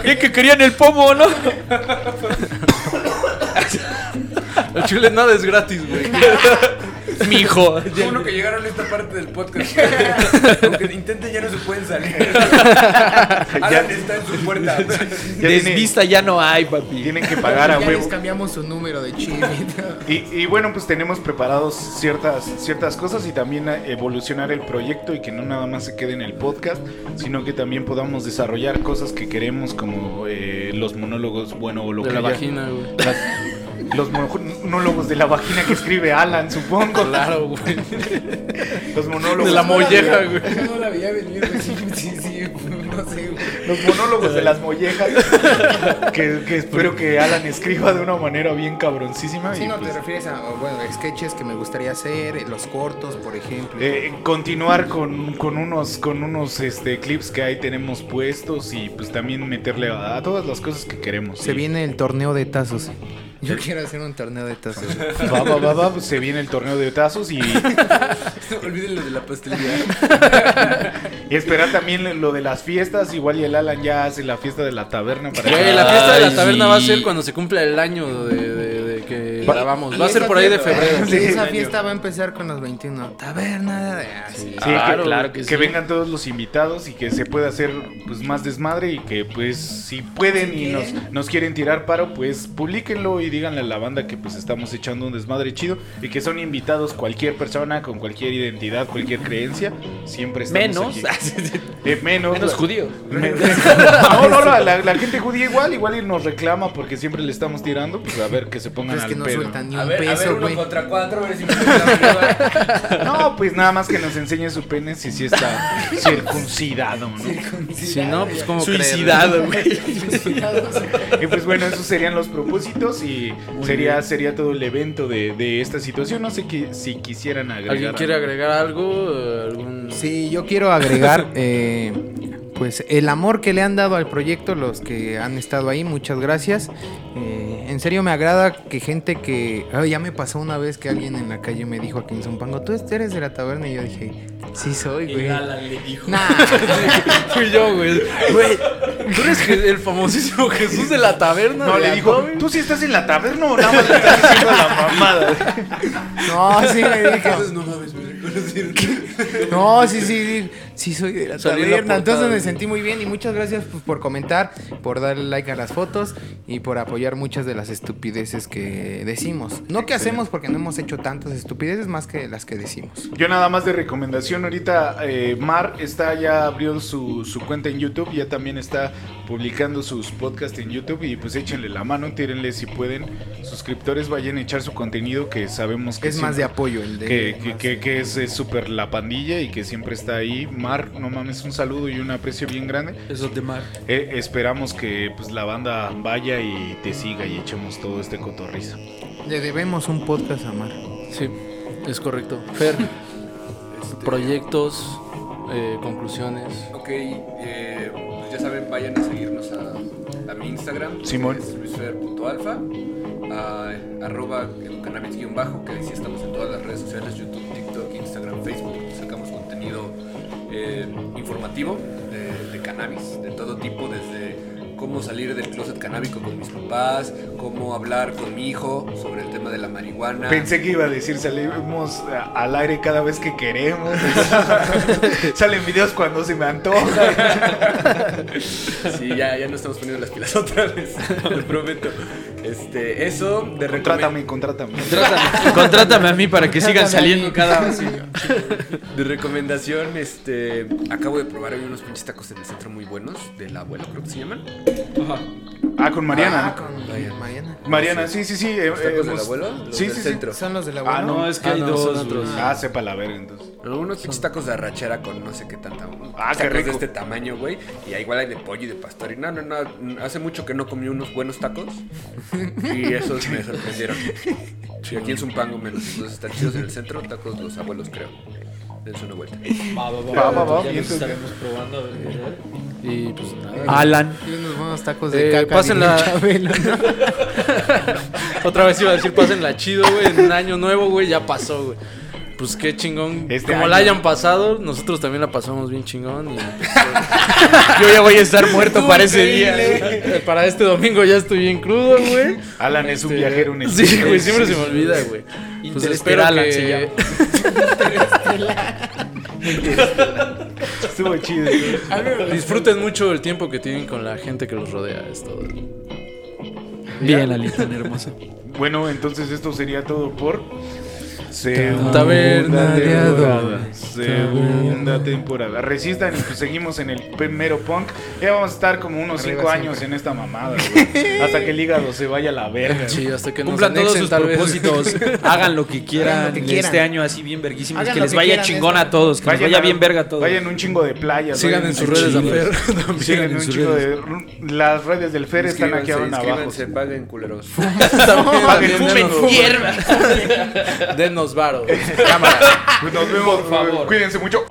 Bien que querían el pomo, ¿no? El chile nada es gratis, güey. Mijo.
Fue uno que llegaron a esta parte del podcast. Aunque intenten, ya no se pueden salir. Alan está en su puerta.
Ya tiene-
Desvista ya no hay, papi.
tienen que pagar a
ya les
huevo.
cambiamos su número de chip.
Y, y bueno, pues tenemos preparados ciertas, ciertas cosas y también eh, evolucionar el proyecto y que no nada más se quede en el podcast, sino que también podamos desarrollar cosas que queremos como eh, los monólogos, bueno, o lo
De
que
la
haya-
vagina, güey.
las- los monólogos de la vagina que escribe Alan, supongo.
Claro, güey.
Los monólogos
De la molleja, güey.
No la veía venir, güey. Sí, sí, sí, no sé, güey.
Los monólogos de las mollejas. que, que espero que Alan escriba de una manera bien cabroncísima.
Sí,
y,
no, te
pues,
refieres a o, bueno, sketches que me gustaría hacer, eh, los cortos, por ejemplo.
eh, continuar con, con unos, con unos este, clips que ahí tenemos puestos y pues también meterle a, a todas las cosas que queremos.
Se
Y-
viene el torneo de tazos. Yo quiero hacer un torneo de tazos.
Va, va, va, va, pues, se viene el torneo de tazos y,
Olviden lo de la pastelería.
y esperar también lo de las fiestas. Igual y el Alan ya hace la fiesta de la taberna para
Güey, la fiesta de la
Ay,
taberna
sí.
va a ser cuando se cumpla el año de, de- de que grabamos. Va a ser por ahí de febrero.
Sí.
Esa fiesta va a empezar con los 21. Taberna de... ah, sí.
Sí,
Claro,
que,
claro
que,
que sí.
vengan todos los invitados y que se pueda hacer pues más desmadre y que pues si pueden y nos, nos quieren tirar paro, pues publíquenlo y díganle a la banda que pues estamos echando un desmadre chido y que son invitados cualquier persona con cualquier identidad, cualquier creencia, siempre estamos
Menos.
aquí. Eh, menos.
Menos
la-
judío.
Me- no, no, la, la- la gente judía igual, igual y nos reclama porque siempre le estamos tirando, pues a ver que se pongan
Es
al
que no
pedo.
sueltan ni
A
un
ver, a ver,
peso,
uno
güey.
contra cuatro, a ver si me la
No, pues nada más que nos enseñe su pene si sí está circuncidado, ¿no?
Si no, pues como
Suicidado, güey.
Y pues bueno, esos serían los propósitos y sería, sería todo el evento de, de esta situación. No sé que, si quisieran agregar.
¿Alguien quiere
algo.
agregar algo? ¿Algún...
Sí, yo quiero agregar, eh, pues, el amor que le han dado al proyecto los que han estado ahí, muchas gracias. Eh, en serio me agrada que gente que... ay, ya me pasó una vez que alguien en la calle me dijo aquí en Zumpango, tú eres de la taberna, y yo dije, sí soy, güey.
le dijo.
Nah,
Fui yo, güey. Güey, tú eres que- el famosísimo Jesús de la taberna.
No,
de
le
la
dijo,
Toby?
¿tú sí estás en la taberna o nada más le estás diciendo la mamada?
no, sí me dije,
No mames, me reconocieron.
No, sí, sí, sí, sí soy de la
Salí en la
taberna.
portada.
Entonces me sentí muy bien y muchas gracias pues, por comentar, por darle like a las fotos y por apoyar muchas de las estupideces que decimos. No que hacemos porque no hemos hecho tantas estupideces más que las que decimos.
Yo nada más de recomendación, ahorita eh, Mar está ya abrió su, su cuenta en YouTube, ya también está publicando sus podcasts en YouTube y pues échenle la mano, tírenle si pueden, suscriptores vayan a echar su contenido que sabemos que
Es más
siempre-
de apoyo el de...
que, que, que- que es es súper la pandilla y que siempre está ahí. Mar, no mames, un saludo y un aprecio bien grande.
Eso de mar.
Eh, esperamos que pues, la banda vaya y te siga y echemos todo este cotorrizo.
Le debemos un podcast a Mar.
Sí, es correcto. Fer, proyectos, eh, conclusiones.
Ok, eh, pues ya saben, vayan a seguirnos a, a mi Instagram. que
Simón.
Es luisfer.alfa. A, arroba educannabis-bajo, que ahí sí estamos en todas las redes sociales, YouTube, TikTok, Instagram, Facebook. Sacamos contenido eh, informativo de, de cannabis, de todo tipo, desde cómo salir del closet canábico con mis papás, cómo hablar con mi hijo sobre el tema de la marihuana.
Pensé que iba a decir, salimos a- al aire cada vez que queremos. Salen videos cuando se me antoja.
Sí, ya, ya no estamos poniendo las pilas otra vez, lo prometo. Este, eso de recomendación.
Contrátame, contrátame.
Contrátame, contrátame a mí para que sigan saliendo cada vez.
De recomendación, este, acabo de probar hoy unos pinches tacos en el centro muy buenos del abuelo, creo que se llaman.
Ah, con Mariana.
Ah, con Mariana.
Mariana, sí, sí, sí. eh,
Los tacos del
hemos-
abuelo, los
Sí,
del
sí, sí.
centro.
Son los de la
Ah, no,
es que hay
no,
dos,
son otros.
güey.
Ah, sepa la verga entonces.
Unos pinches tacos de arrachera con no sé qué tanta.
Ah, qué
tacos
rico.
de este tamaño, güey. Y ahí igual hay de pollo y de pastor. Y no, no, no. Hace mucho que no comí unos buenos tacos. Y esos me sorprendieron. Y aquí es un pango menos. Entonces están chidos en el centro. Tacos los abuelos, creo. Dense una vuelta.
Va, va,
Va, va, va,
Ya
bien,
los estaremos probando a ver qué tal.
Y pues nada.
Alan.
Y unos buenos tacos
Eh,
de caca.
pásenla.
diría Chabelo.
Otra vez iba a decir, pásenla chido, güey. En un año nuevo, güey, ya pasó, güey. Pues qué chingón.
Este
Como
año.
la hayan pasado, nosotros también la pasamos bien chingón. y- pues, Yo ya voy a estar muerto para ese día. Para este domingo ya estoy bien crudo, güey.
Alan es un
Este,
viajero, un
Sí, güey,
exquisito.
siempre se me olvida, güey. Pues espero
Interestelar,
que-
se llama.
Estuvo chido. güey.
Disfruten mucho el tiempo que tienen con la gente que los rodea. Es todo.
Bien, Alan, tan hermoso.
Bueno, entonces esto sería todo por
Taberna
segunda
de
temporada.
Adonis.
Segunda temporada. Resistan y pues seguimos en el primero punk. Ya vamos a estar como unos
Arriba
5
siempre.
años en esta mamada, güey. Hasta que el hígado se vaya a la verga.
Sí, hasta que nos
Cumplan todos
anexen,
sus
tal vez.
propósitos. Hagan lo que
Hagan
quieran
lo que quieran.
este año así bien verguísimos.
Hagan
que
lo
les
que
vaya
quieran,
chingón
esta.
a todos. Que les vaya
a-
bien verga a todos.
Vayan un chingo de playas.
Sigan
vayan un
en sus redes a
chingo.
Fer. también.
Sigan en un
sus
chingo de. Las redes del Fer están aquí
Inscríbanse,
abajo.
inscríbanse, paguen culeros.
Paguen,
También
fumen
denos-
Hierba.
Denos varo.
Cámara. Nos vemos.
favor.
Cuídense mucho.